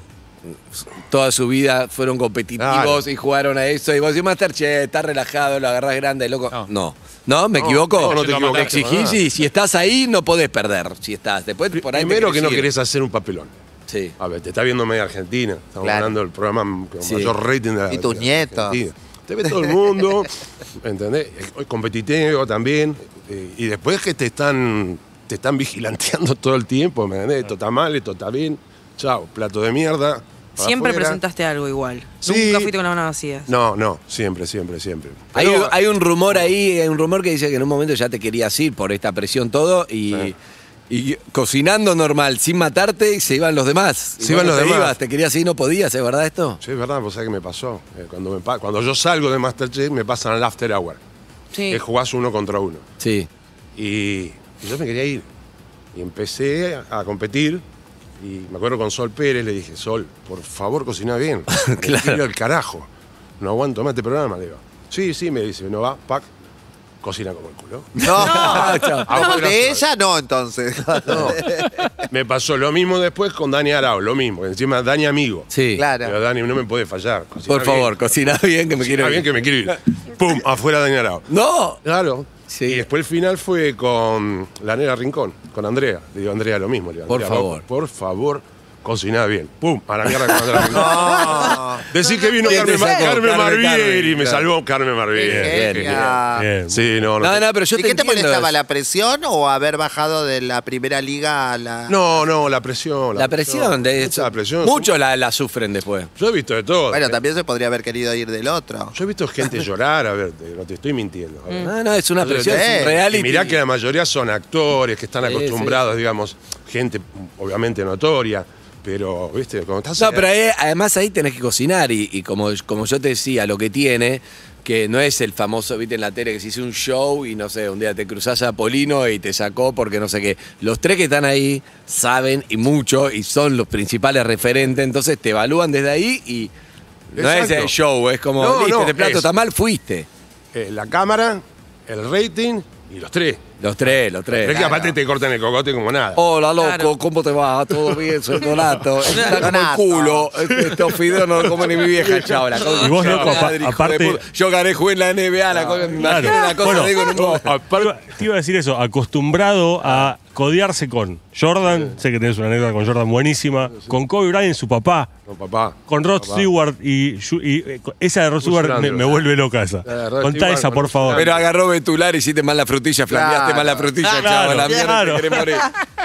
S2: Toda su vida fueron competitivos
S7: Claro.
S2: y jugaron a eso. Y vos decís, Masterchef, estás relajado, lo agarrás grande, loco. No.
S4: No.
S2: ¿No, me equivoco?
S7: no, no te
S4: Yo lo
S7: equivocás.
S4: maté.
S2: Exigís y si estás ahí no podés perder. Si estás. Después por ahí te
S7: Primero que no
S2: ir.
S7: querés hacer un papelón.
S2: Sí.
S7: A ver, te está viendo media Argentina. Estamos
S5: Claro.
S7: hablando del programa con
S2: Sí.
S7: mayor rating de la
S5: Y tus
S7: de
S5: nietos.
S7: Argentina. Te ve todo el mundo, ¿entendés? Eh, Competitivo también. eh, Y después que te están, te están vigilanteando todo el tiempo, ¿me entendés? Esto está mal, esto está bien. Chao, plato de mierda. para
S3: Siempre
S7: afuera.
S3: presentaste algo igual.
S7: Sí.
S3: Nunca fuiste con las manos vacías.
S7: No, no, siempre, siempre, siempre.
S2: Hay,
S7: Pero-
S2: un- hay un rumor ahí, hay un rumor que dice que en un momento ya te querías ir por esta presión todo y, y cocinando normal, sin matarte, se iban los demás. Y
S7: Se iban
S2: vos
S7: los
S2: te
S7: demás.
S2: ibas, te querías ir y no podías, ¿es verdad esto?
S7: Sí, es verdad, vos sabés que me pasó. Eh, Cuando, me pa- cuando yo salgo de Masterchef, me pasan al after hour.
S3: Sí.
S7: Que jugás uno contra uno.
S2: Sí.
S7: Y, y yo me quería ir. Y empecé a competir. Y me acuerdo con Sol Pérez, le dije, Sol, por favor cocina bien. Me
S2: Claro.
S7: tiro el carajo. No aguanto más este programa, le digo. Sí, sí, me dice, no va, pack, cocina como el culo.
S5: No.
S2: Chao.
S7: Hago lo
S5: De
S7: que
S5: ella no, entonces.
S7: Ah, No. Me pasó lo mismo después con Dani Arao, lo mismo. Encima Dani amigo.
S2: Sí.
S7: Pero
S5: Claro.
S7: Dani, no me puede fallar. cocina
S2: Por favor,
S7: bien.
S2: cocina bien que me quiero
S7: Está bien
S2: ir.
S7: que me quiero ir. ¡Pum! Afuera Dani Arao.
S2: ¡No!
S7: Claro.
S2: Sí.
S7: Y después el final fue con la negra Rincón, con Andrea. Le digo, Andrea, lo mismo. Le digo,
S2: Por
S7: Andrea,
S2: favor.
S7: vos, Por favor, cociná bien. ¡Pum! A la mierda con Andrea Rincón.
S5: No.
S7: Decir que vino
S2: ¿Quién te
S7: Carmen, Mar-
S2: sacó?
S7: Carmen
S2: Carmen,
S7: Marvieri.
S2: Carmen,
S7: Me
S2: claro.
S7: salvó Carmen Marvieri.
S2: bien,
S5: Genia.
S6: Bien.
S7: Sí, no, no.
S2: No, no, pero yo
S5: ¿Y
S2: te
S5: qué te
S2: entiendo
S5: molestaba?
S2: eso.
S5: ¿La presión o haber bajado de la primera liga a la.?
S7: No, no, la presión.
S2: La presión de eso.
S7: Mucha presión.
S2: Muchos la, la sufren después.
S7: Yo he visto de todo.
S2: eh.
S5: Bueno, también se podría haber querido ir del otro.
S7: Yo he visto gente llorar, a ver, te- no te estoy mintiendo. a ver.
S2: No, no, es una presión, es
S5: eh,
S2: un reality.
S7: Y mirá que la mayoría son actores que están
S2: Sí,
S7: acostumbrados, digamos, gente obviamente notoria, pero, viste, cuando estás. eh.
S2: No, pero ahí- además ahí tenés que cocinar y, y como, como yo te decía, lo que tiene, que no es el famoso, viste, en la tele que se hizo un show y no sé, un día te cruzás a Polino y te sacó porque no sé qué. Los tres que están ahí saben y mucho y son los principales referentes, entonces te evalúan desde ahí y no
S7: Exacto.
S2: es el show, es como,
S7: No,
S2: listo,
S7: no,
S2: este plato
S7: es-
S2: está mal, fuiste.
S7: eh, la cámara, el rating y los tres.
S2: Los tres, los tres.
S7: Pero es que aparte te cortan el cocote como nada.
S2: Hola, loco,
S3: Claro.
S2: ¿cómo te va? ¿Todo bien? Soy Donato. Este Está como el
S5: Donato.
S2: culo. Estos fideos no los come ni mi vieja, chao. la cosa-
S6: Y vos,
S2: Chao,
S6: loco, apa-
S2: madre, hijo de
S6: aparte- Ah,
S2: puta. Yo gané, jugué en la NBA, la cosa, imagínate
S6: Claro.
S2: la cosa,
S6: Bueno.
S2: digo, en un momento.
S6: Te iba- te iba a decir eso, acostumbrado a codearse con Jordan, sé que tenés una anécdota con Jordan buenísima, con Kobe Bryant, su papá,
S7: No, papá.
S6: con Rod
S7: Papá.
S6: Stewart y, Ju- y, eh, con- esa de Rod
S7: Julius
S6: Stewart me,
S7: Randle.
S6: me vuelve loca esa.
S7: La de Rod
S6: Contá
S7: Stewart
S6: esa,
S7: con
S6: por
S7: Julius
S6: favor.
S2: Pero agarró Betular, hiciste mal la frutilla, flameaste
S5: Claro.
S2: mal la frutilla, chao,
S6: Claro,
S2: la mierda,
S6: claro.
S2: te querés morir.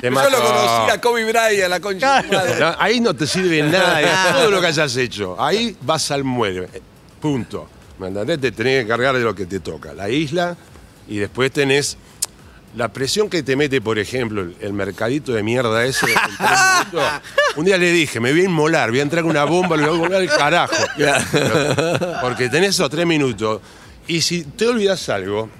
S7: Te
S2: Yo lo
S7: mató.
S2: conocí a Kobe Bryant, la concha. de su madre.
S7: No, ahí no te sirve nada de todo lo que hayas hecho. Ahí vas al muere. eh, Punto. ¿Me entendés? Te tenés que cargar de lo que te toca. La isla y después tenés la presión que te mete, por ejemplo, el, el mercadito de mierda ese. el tres minutos. Un día le dije, me voy a inmolar, voy a entrar con una bomba, lo voy a volar al carajo. Pero- Porque tenés esos tres minutos. Y si te olvidas algo,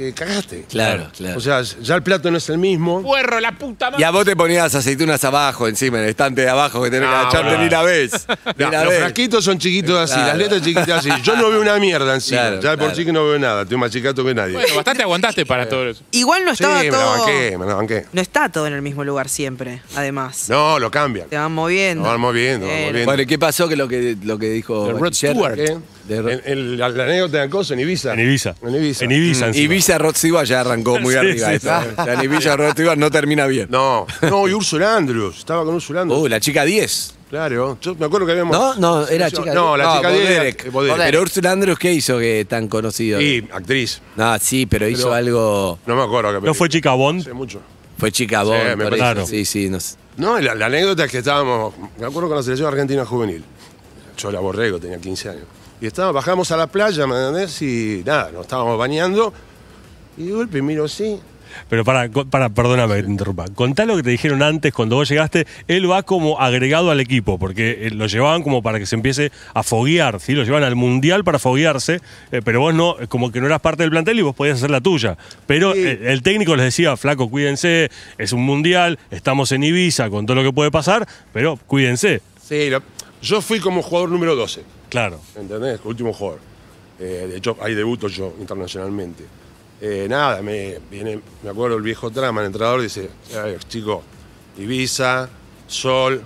S7: eh, cagaste.
S2: Claro, claro.
S7: O sea, ya el plato no es el mismo.
S4: ¡Puerro, la puta madre!
S2: Y a vos te ponías aceitunas abajo, encima, en el estante de abajo, que tenés que
S7: Ah,
S2: agacharte
S7: bueno.
S2: ni la vez. Ni
S7: No,
S2: la
S7: los
S2: vez.
S7: frasquitos son chiquitos así,
S2: Claro.
S7: las letras chiquitas así. Yo no veo una mierda encima.
S2: Claro,
S7: ya de por
S2: claro.
S7: sí que no veo nada. Estoy más chicato que nadie.
S4: Bueno, bastante aguantaste para todo eso.
S3: Igual no
S7: sí,
S3: estaba
S7: me la
S3: todo.
S7: banqué, me la banqué.
S3: No está todo en el mismo lugar siempre, además.
S7: No, lo cambian.
S3: Te van moviendo. eh,
S7: Lo van moviendo, lo van
S3: Bien.
S7: moviendo.
S2: Bueno, ¿y ¿qué pasó que lo que, lo que dijo
S7: De Rod
S2: Bachiller?
S7: Stewart. ¿eh?
S2: De Rod-
S7: En- en la, la anécdota de cosa en Ibiza.
S6: En Ibiza.
S7: En Ibiza.
S6: En Ibiza,
S2: Mm, Y
S6: encima.
S2: Ibiza Rod Stewart ya arrancó muy
S6: Sí,
S2: arriba.
S6: sí,
S2: esto,
S6: sí.
S2: ¿eh? O sea, ni Ibiza Rod Stewart no termina bien.
S7: No, no, y Ursula Andrews. Estaba con Ursula Andrews.
S2: Uh, la chica 10.
S7: Claro. Yo me acuerdo que habíamos.
S2: No, no, era chica
S7: No, la chica 10 era-
S2: Boderek.
S7: eh, Boderek.
S2: Pero Ursula Andrews, ¿qué hizo que tan conocido?
S7: Y actriz.
S2: No, sí, pero hizo
S7: Pero-
S2: algo.
S7: No me acuerdo qué
S6: ¿No fue
S7: película.
S6: chica Bond?
S7: Hace mucho.
S2: Fue chica
S7: Sí,
S2: Bond,
S7: me
S2: por
S7: parece.
S2: eso.
S6: Claro.
S2: Sí, sí. No sé.
S7: No, la, la anécdota es que estábamos, me acuerdo con la selección argentina juvenil. Yo la borrego, tenía 15 años. Y estábamos, bajamos a la playa, ¿me entendés? Y nada, nos estábamos bañando. Y de golpe miro así.
S6: Pero para, para, perdóname que te interrumpa. Contá lo que te dijeron antes cuando vos llegaste. Él va como agregado al equipo, porque eh, lo llevaban como para que se empiece a foguear, ¿sí? Lo llevan al mundial para foguearse, eh, pero vos no, eh, como que no eras parte del plantel y vos podías hacer la tuya. Pero
S7: Sí.
S6: eh, el técnico les decía, flaco, cuídense, es un mundial, estamos en Ibiza con todo lo que puede pasar, pero cuídense.
S7: Sí, lo- yo fui como jugador número 12,
S6: Claro.
S7: ¿entendés? Último jugador. Eh, de hecho, ahí debuto yo internacionalmente. Eh, nada, me, viene, me acuerdo el viejo trama, el entrenador dice, "A ver, chico, Ibiza, Sol,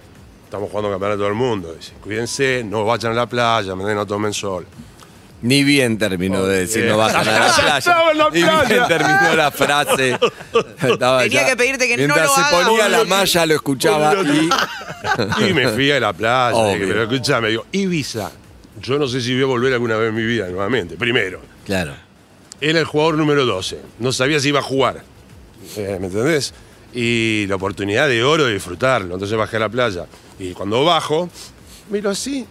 S7: estamos jugando campeonato del mundo. Dice, cuídense, no vayan a la playa, ¿me entendés? no tomen sol.
S2: Ni bien terminó de decir, no vas a ganar la playa.
S7: Estaba en
S2: Ni
S7: la
S2: bien
S7: playa.
S2: terminó la frase. Estaba
S3: Tenía
S2: ya-
S3: que pedirte que no
S2: Mientras
S3: lo
S2: se
S3: haga,
S2: ponía la
S3: boludo.
S2: malla, lo escuchaba y.
S7: Y me fui a la playa,
S2: Obvio.
S7: dije, pero escuchame, digo, Ibiza, yo no sé si voy a volver alguna vez en mi vida nuevamente. Primero,
S2: Claro.
S7: era el jugador número 12. No sabía si iba a jugar. Eh, ¿Me entendés? Y la oportunidad de oro de disfrutarlo. Entonces bajé a la playa. Y cuando bajo, miro así.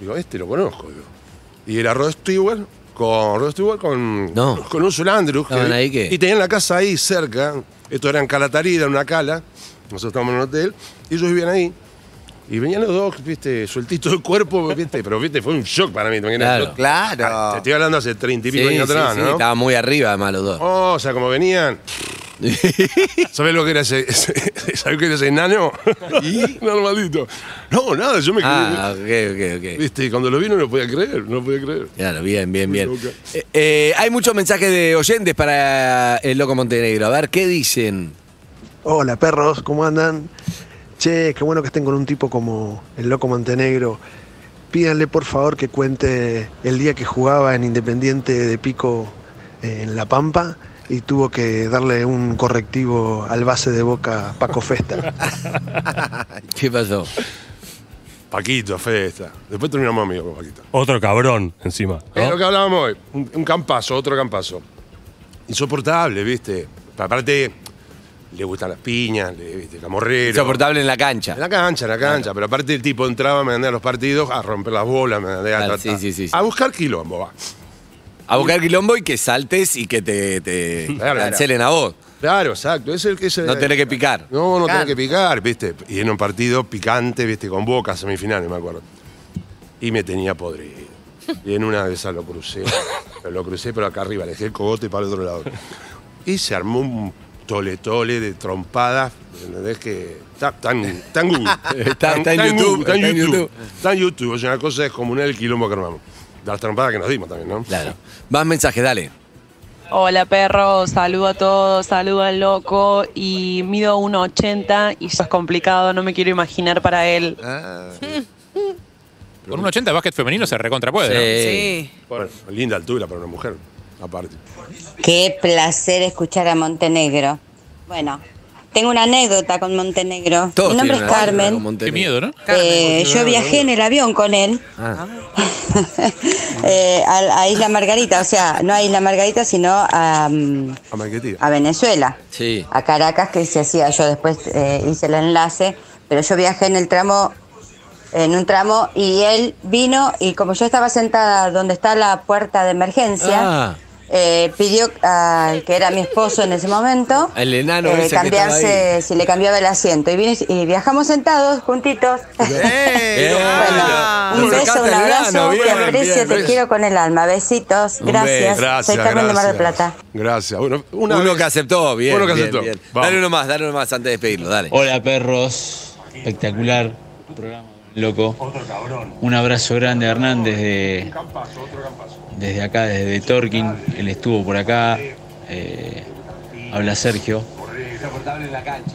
S7: Digo, este lo conozco. digo. Y era Rod Stewart con Rod Stewart con,
S2: No.
S7: con Ursula Andrews.
S2: Estaban ahí que-
S7: Y tenían la casa ahí cerca. Esto era en Calatarida, una cala. Nosotros estábamos en un hotel. Y ellos vivían ahí. Y venían los dos, viste, sueltitos de cuerpo, viste, pero viste, fue un shock para mí. ¿te imaginas?
S2: Claro.
S7: Yo- Ah, Te
S5: Claro.
S7: estoy hablando hace treinta y pico años atrás, ¿no?
S2: Estaba muy arriba, además, los dos.
S7: Oh, o sea, como venían. ¿Sabés lo que era ese, ese- ¿sabés que era ese enano? Normalito. No, nada, yo me quedé.
S2: Ah, ok, ok, ok.
S7: Viste, y cuando lo vi no lo podía creer, no lo podía creer.
S2: Claro, bien, bien, bien.
S7: Muy loca.
S2: Eh, eh, hay muchos mensajes de oyentes para el Loco Montenegro. A ver, ¿qué dicen?
S8: Hola perros, ¿cómo andan? Che, qué bueno que estén con un tipo como el Loco Montenegro. Pídanle por favor que cuente el día que jugaba en Independiente de Pico eh, en La Pampa y tuvo que darle un correctivo al base de boca Paco Festa.
S2: ¿Qué pasó?
S7: Paquito, Festa. Después terminamos amigos con Paquito.
S6: Otro cabrón, encima. ¿no?
S2: ¿Ah?
S7: Es lo que hablábamos hoy. Un, un campazo, otro campazo. Insoportable, viste. Aparte, le gustan las piñas, le, viste, camorrero.
S2: Insoportable en la cancha.
S7: En la cancha, en la cancha. Pero aparte el tipo entraba, me andaba a los partidos a romper las bolas, me andaba a,
S2: Claro,
S7: tratar-
S2: sí, sí, sí, sí.
S7: a buscar quilombo, va.
S2: A buscar quilombo y que saltes y que te, te
S7: Claro,
S2: cancelen a vos.
S7: Claro, exacto. Es el que se-
S2: No tenés que picar.
S7: No, no
S5: Picar.
S7: tenés que picar, viste. Y en un partido picante, viste, con Boca, semifinales, me acuerdo. Y me tenía podrido. Y en una de esas lo crucé. pero lo crucé, pero acá arriba, le dejé el cogote para el otro lado. Y se armó un tole-tole de trompadas. ¿Entendés que.? ta- Tan, tan Google.
S2: Está- está en YouTube,
S7: Google,
S2: está
S7: Está en
S2: en
S7: YouTube.
S2: YouTube.
S7: Está en YouTube. Es una cosa descomunal el quilombo que armamos. De Las trompadas que nos dimos también, ¿no?
S2: Claro. Más mensajes, dale.
S9: Hola perro, saludo a todos, saludo al loco y mido 1,80 y eso es complicado, no me quiero imaginar para él.
S4: Con un 80 de básquet femenino se recontra puede.
S3: Sí.
S7: Bueno, linda altura para una mujer, aparte.
S10: Qué placer escuchar a Montenegro. Bueno, tengo una anécdota con Montenegro.
S2: Todos
S10: Mi nombre es
S2: tienen una-
S10: Carmen.
S2: con
S4: Qué
S2: Montenegro.
S4: miedo, ¿no?
S10: Eh, yo viajé en el avión con él
S2: Ah.
S10: eh, a, a Isla Margarita, o sea, no a Isla Margarita, sino a, mm,
S7: A Marquetía.
S10: a Venezuela,
S2: Sí.
S10: a Caracas, que se hacía, yo después eh, hice el enlace, pero yo viajé en el tramo, en un tramo, y él vino y como yo estaba sentada donde está la puerta de emergencia,
S2: Ah.
S10: eh, pidió al que era mi esposo en ese momento eh,
S2: Al enano ese que estaba
S10: cambiarse si le cambiaba el asiento y, vine- y viajamos sentados juntitos
S2: Bien.
S10: Bueno,
S2: Eh, Lo
S10: un beso
S2: sacaste
S10: un
S2: del
S10: abrazo
S2: enano,
S10: te
S2: bien,
S10: aprecio
S2: bien,
S10: te
S2: bien.
S10: quiero con el alma besitos
S2: Un
S10: gracias.
S2: beso.
S10: soy Carmen de Mar del Plata
S7: Gracias. Bueno, una
S2: Uno
S7: vez-
S2: que aceptó, bien.
S7: Uno que
S2: bien,
S7: aceptó.
S2: bien.
S7: Vamos.
S2: Dale uno más, dale uno más antes de despedirlo, dale.
S11: Hola perros, espectacular programa, loco. Un abrazo grande a Hernán desde, desde acá, desde Torquín. Él estuvo por acá. Eh, habla Sergio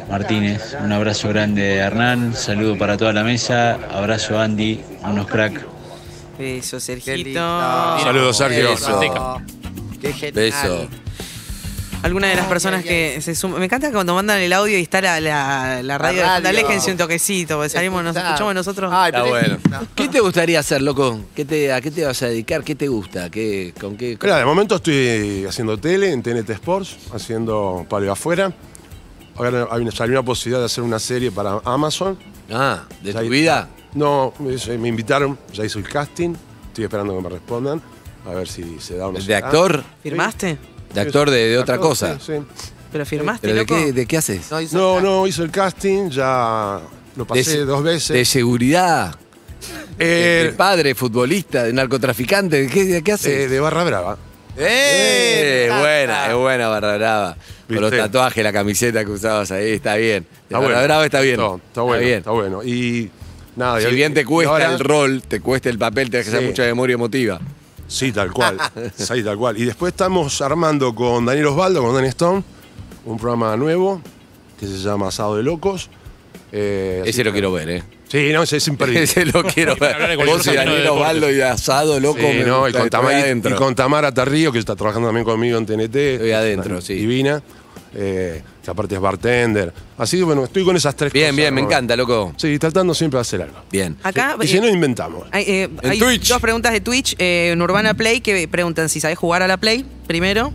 S11: Martínez. Un abrazo grande a Hernán. Saludo para toda la mesa. Abrazo a Andy. Unos crack.
S3: Beso,
S5: lindo.
S3: Sergito.
S7: Saludos, Sergio.
S2: Eso.
S5: Qué genial.
S2: Beso.
S3: Alguna de las personas que se suman. Me encanta cuando mandan el audio y está la, la, la radio.
S5: radio.
S3: Aléjense un toquecito, porque salimos, nos
S5: Escuchá.
S3: escuchamos nosotros.
S5: Ay,
S2: Está
S5: pero-
S2: bueno.
S5: No.
S2: ¿Qué te gustaría hacer, loco? ¿Qué te, ¿A qué te vas a dedicar? ¿Qué te gusta? ¿Qué, ¿Con qué? con-
S7: Mira, de momento estoy haciendo tele en TNT Sports, haciendo palio afuera. Ahora hay una, salió una posibilidad de hacer una serie para Amazon.
S2: Ah, ¿de
S7: Ya
S2: tu
S7: hay-
S2: vida?
S7: No, me, se- me invitaron, ya hice el casting. Estoy esperando que me respondan. A ver si se da o no se
S2: ¿De
S7: da.
S2: actor?
S3: ¿Firmaste?
S2: ¿De actor de, de otra cosa?
S7: Sí, sí.
S3: ¿Pero firmaste,
S2: ¿Pero de
S3: loco?
S2: qué, de qué haces?
S5: No, hizo
S7: No,
S5: nada.
S7: no, hice el casting, ya lo pasé
S2: se-
S7: dos
S2: ¿De
S7: veces.
S2: seguridad? ¿De, de
S7: Eh,
S2: padre, futbolista, de narcotraficante? ¿De qué, de qué haces?
S7: eh, de Barra Brava.
S2: ¡Eh! Es buena, es buena Barra Brava. Con los
S7: ¿Viste?
S2: tatuajes, la camiseta que usabas ahí, está bien. De Barra
S7: Está Ah, bueno.
S2: Brava está bien.
S7: Está, está bueno,
S2: bien.
S7: está bueno. Y nada, y
S2: Ah, Si
S7: hoy-
S2: bien te cuesta
S7: ahora-
S2: el rol, te cuesta el papel, tenés que hacer
S7: Sí.
S2: mucha memoria emotiva.
S7: Sí, tal cual. sí, tal cual. Y después estamos armando con Daniel Osvaldo, con Danny Stone, un programa nuevo que se llama Asado de Locos. Eh, así
S2: Ese lo
S7: que-
S2: quiero ver, ¿eh?
S7: Sí, no, ese es imperdible.
S2: Ese lo quiero
S4: hablar de
S2: ver.
S4: cualquier
S2: Vos y
S4: cosa menos de
S2: Daniel
S4: deporte.
S2: Osvaldo y Asado, loco.
S7: Sí,
S2: me
S7: no,
S2: gusta,
S7: y con,
S2: estoy
S7: Tamara, y
S2: adentro.
S7: con Tamara Tarrío, que está trabajando también conmigo en TNT.
S2: Estoy adentro,
S7: Una
S2: sí.
S7: Divina. eh, que aparte es bartender. Así que bueno, estoy con esas tres
S2: Bien,
S7: cosas.
S2: bien, me
S7: Robert.
S2: encanta, loco.
S7: Sí, tratando siempre de hacer algo.
S2: Bien.
S3: Acá,
S7: Y
S3: eh,
S7: si no, inventamos.
S3: Hay, eh,
S7: En
S3: hay
S7: Twitch.
S3: dos preguntas de Twitch eh, en Urbana Play que preguntan si sabes jugar a la Play, primero,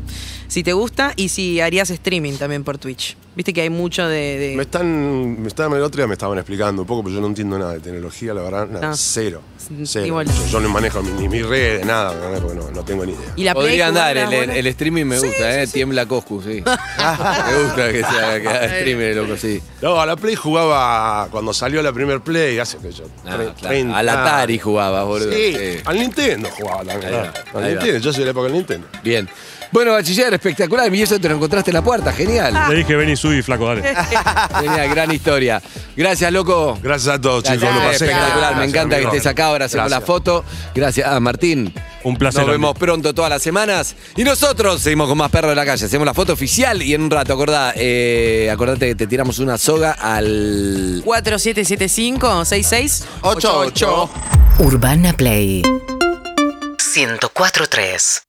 S3: si te gusta y si harías streaming también por Twitch. Viste que hay mucho de. de-
S7: Me están, me están, el otro día me estaban explicando un poco, pero yo no entiendo nada de tecnología, la verdad, nada,
S3: Ah.
S7: cero. cero.
S3: igual.
S7: Yo, yo no manejo ni, ni mis redes, nada, ¿verdad? porque no, no tengo ni idea.
S3: Y la Play
S2: Podría andar,
S3: jugada,
S2: el, el-
S3: bueno.
S2: el streaming me gusta, ¿eh? Tiembla Coscu, sí. me gusta que sea que haga streamer, loco, sí.
S7: No, a la Play jugaba cuando salió la primer Play, hace que yo.
S2: Ah,
S7: tre-
S2: claro.
S7: 30.
S2: Al Atari jugabas, boludo.
S7: Sí,
S2: Sí.
S7: al Nintendo jugaba
S2: Ahí
S7: también.
S2: va,
S7: Al
S2: ahí va.
S7: Nintendo, yo soy de la época del Nintendo.
S2: Bien. Bueno, bachiller, espectacular. Y eso te lo encontraste en la puerta, genial.
S6: Le dije, ven y subí, flaco, dale.
S2: Genial, gran historia. Gracias, loco.
S7: Gracias a todos, chicos,
S2: Gracias,
S7: lo pasé.
S2: espectacular, me
S7: Gracias,
S2: encanta
S7: amigo.
S2: que estés acá. Ahora hacemos
S7: Gracias.
S2: la foto. Gracias a Martín.
S6: Un placer.
S2: Nos vemos pronto todas las semanas. Y nosotros seguimos con más perro de la calle. Hacemos la foto oficial y en un rato, acordá, eh, acordate que te tiramos una soga al
S3: 4775-6688.
S5: Ocho, ocho.
S1: Urbana Play 104.3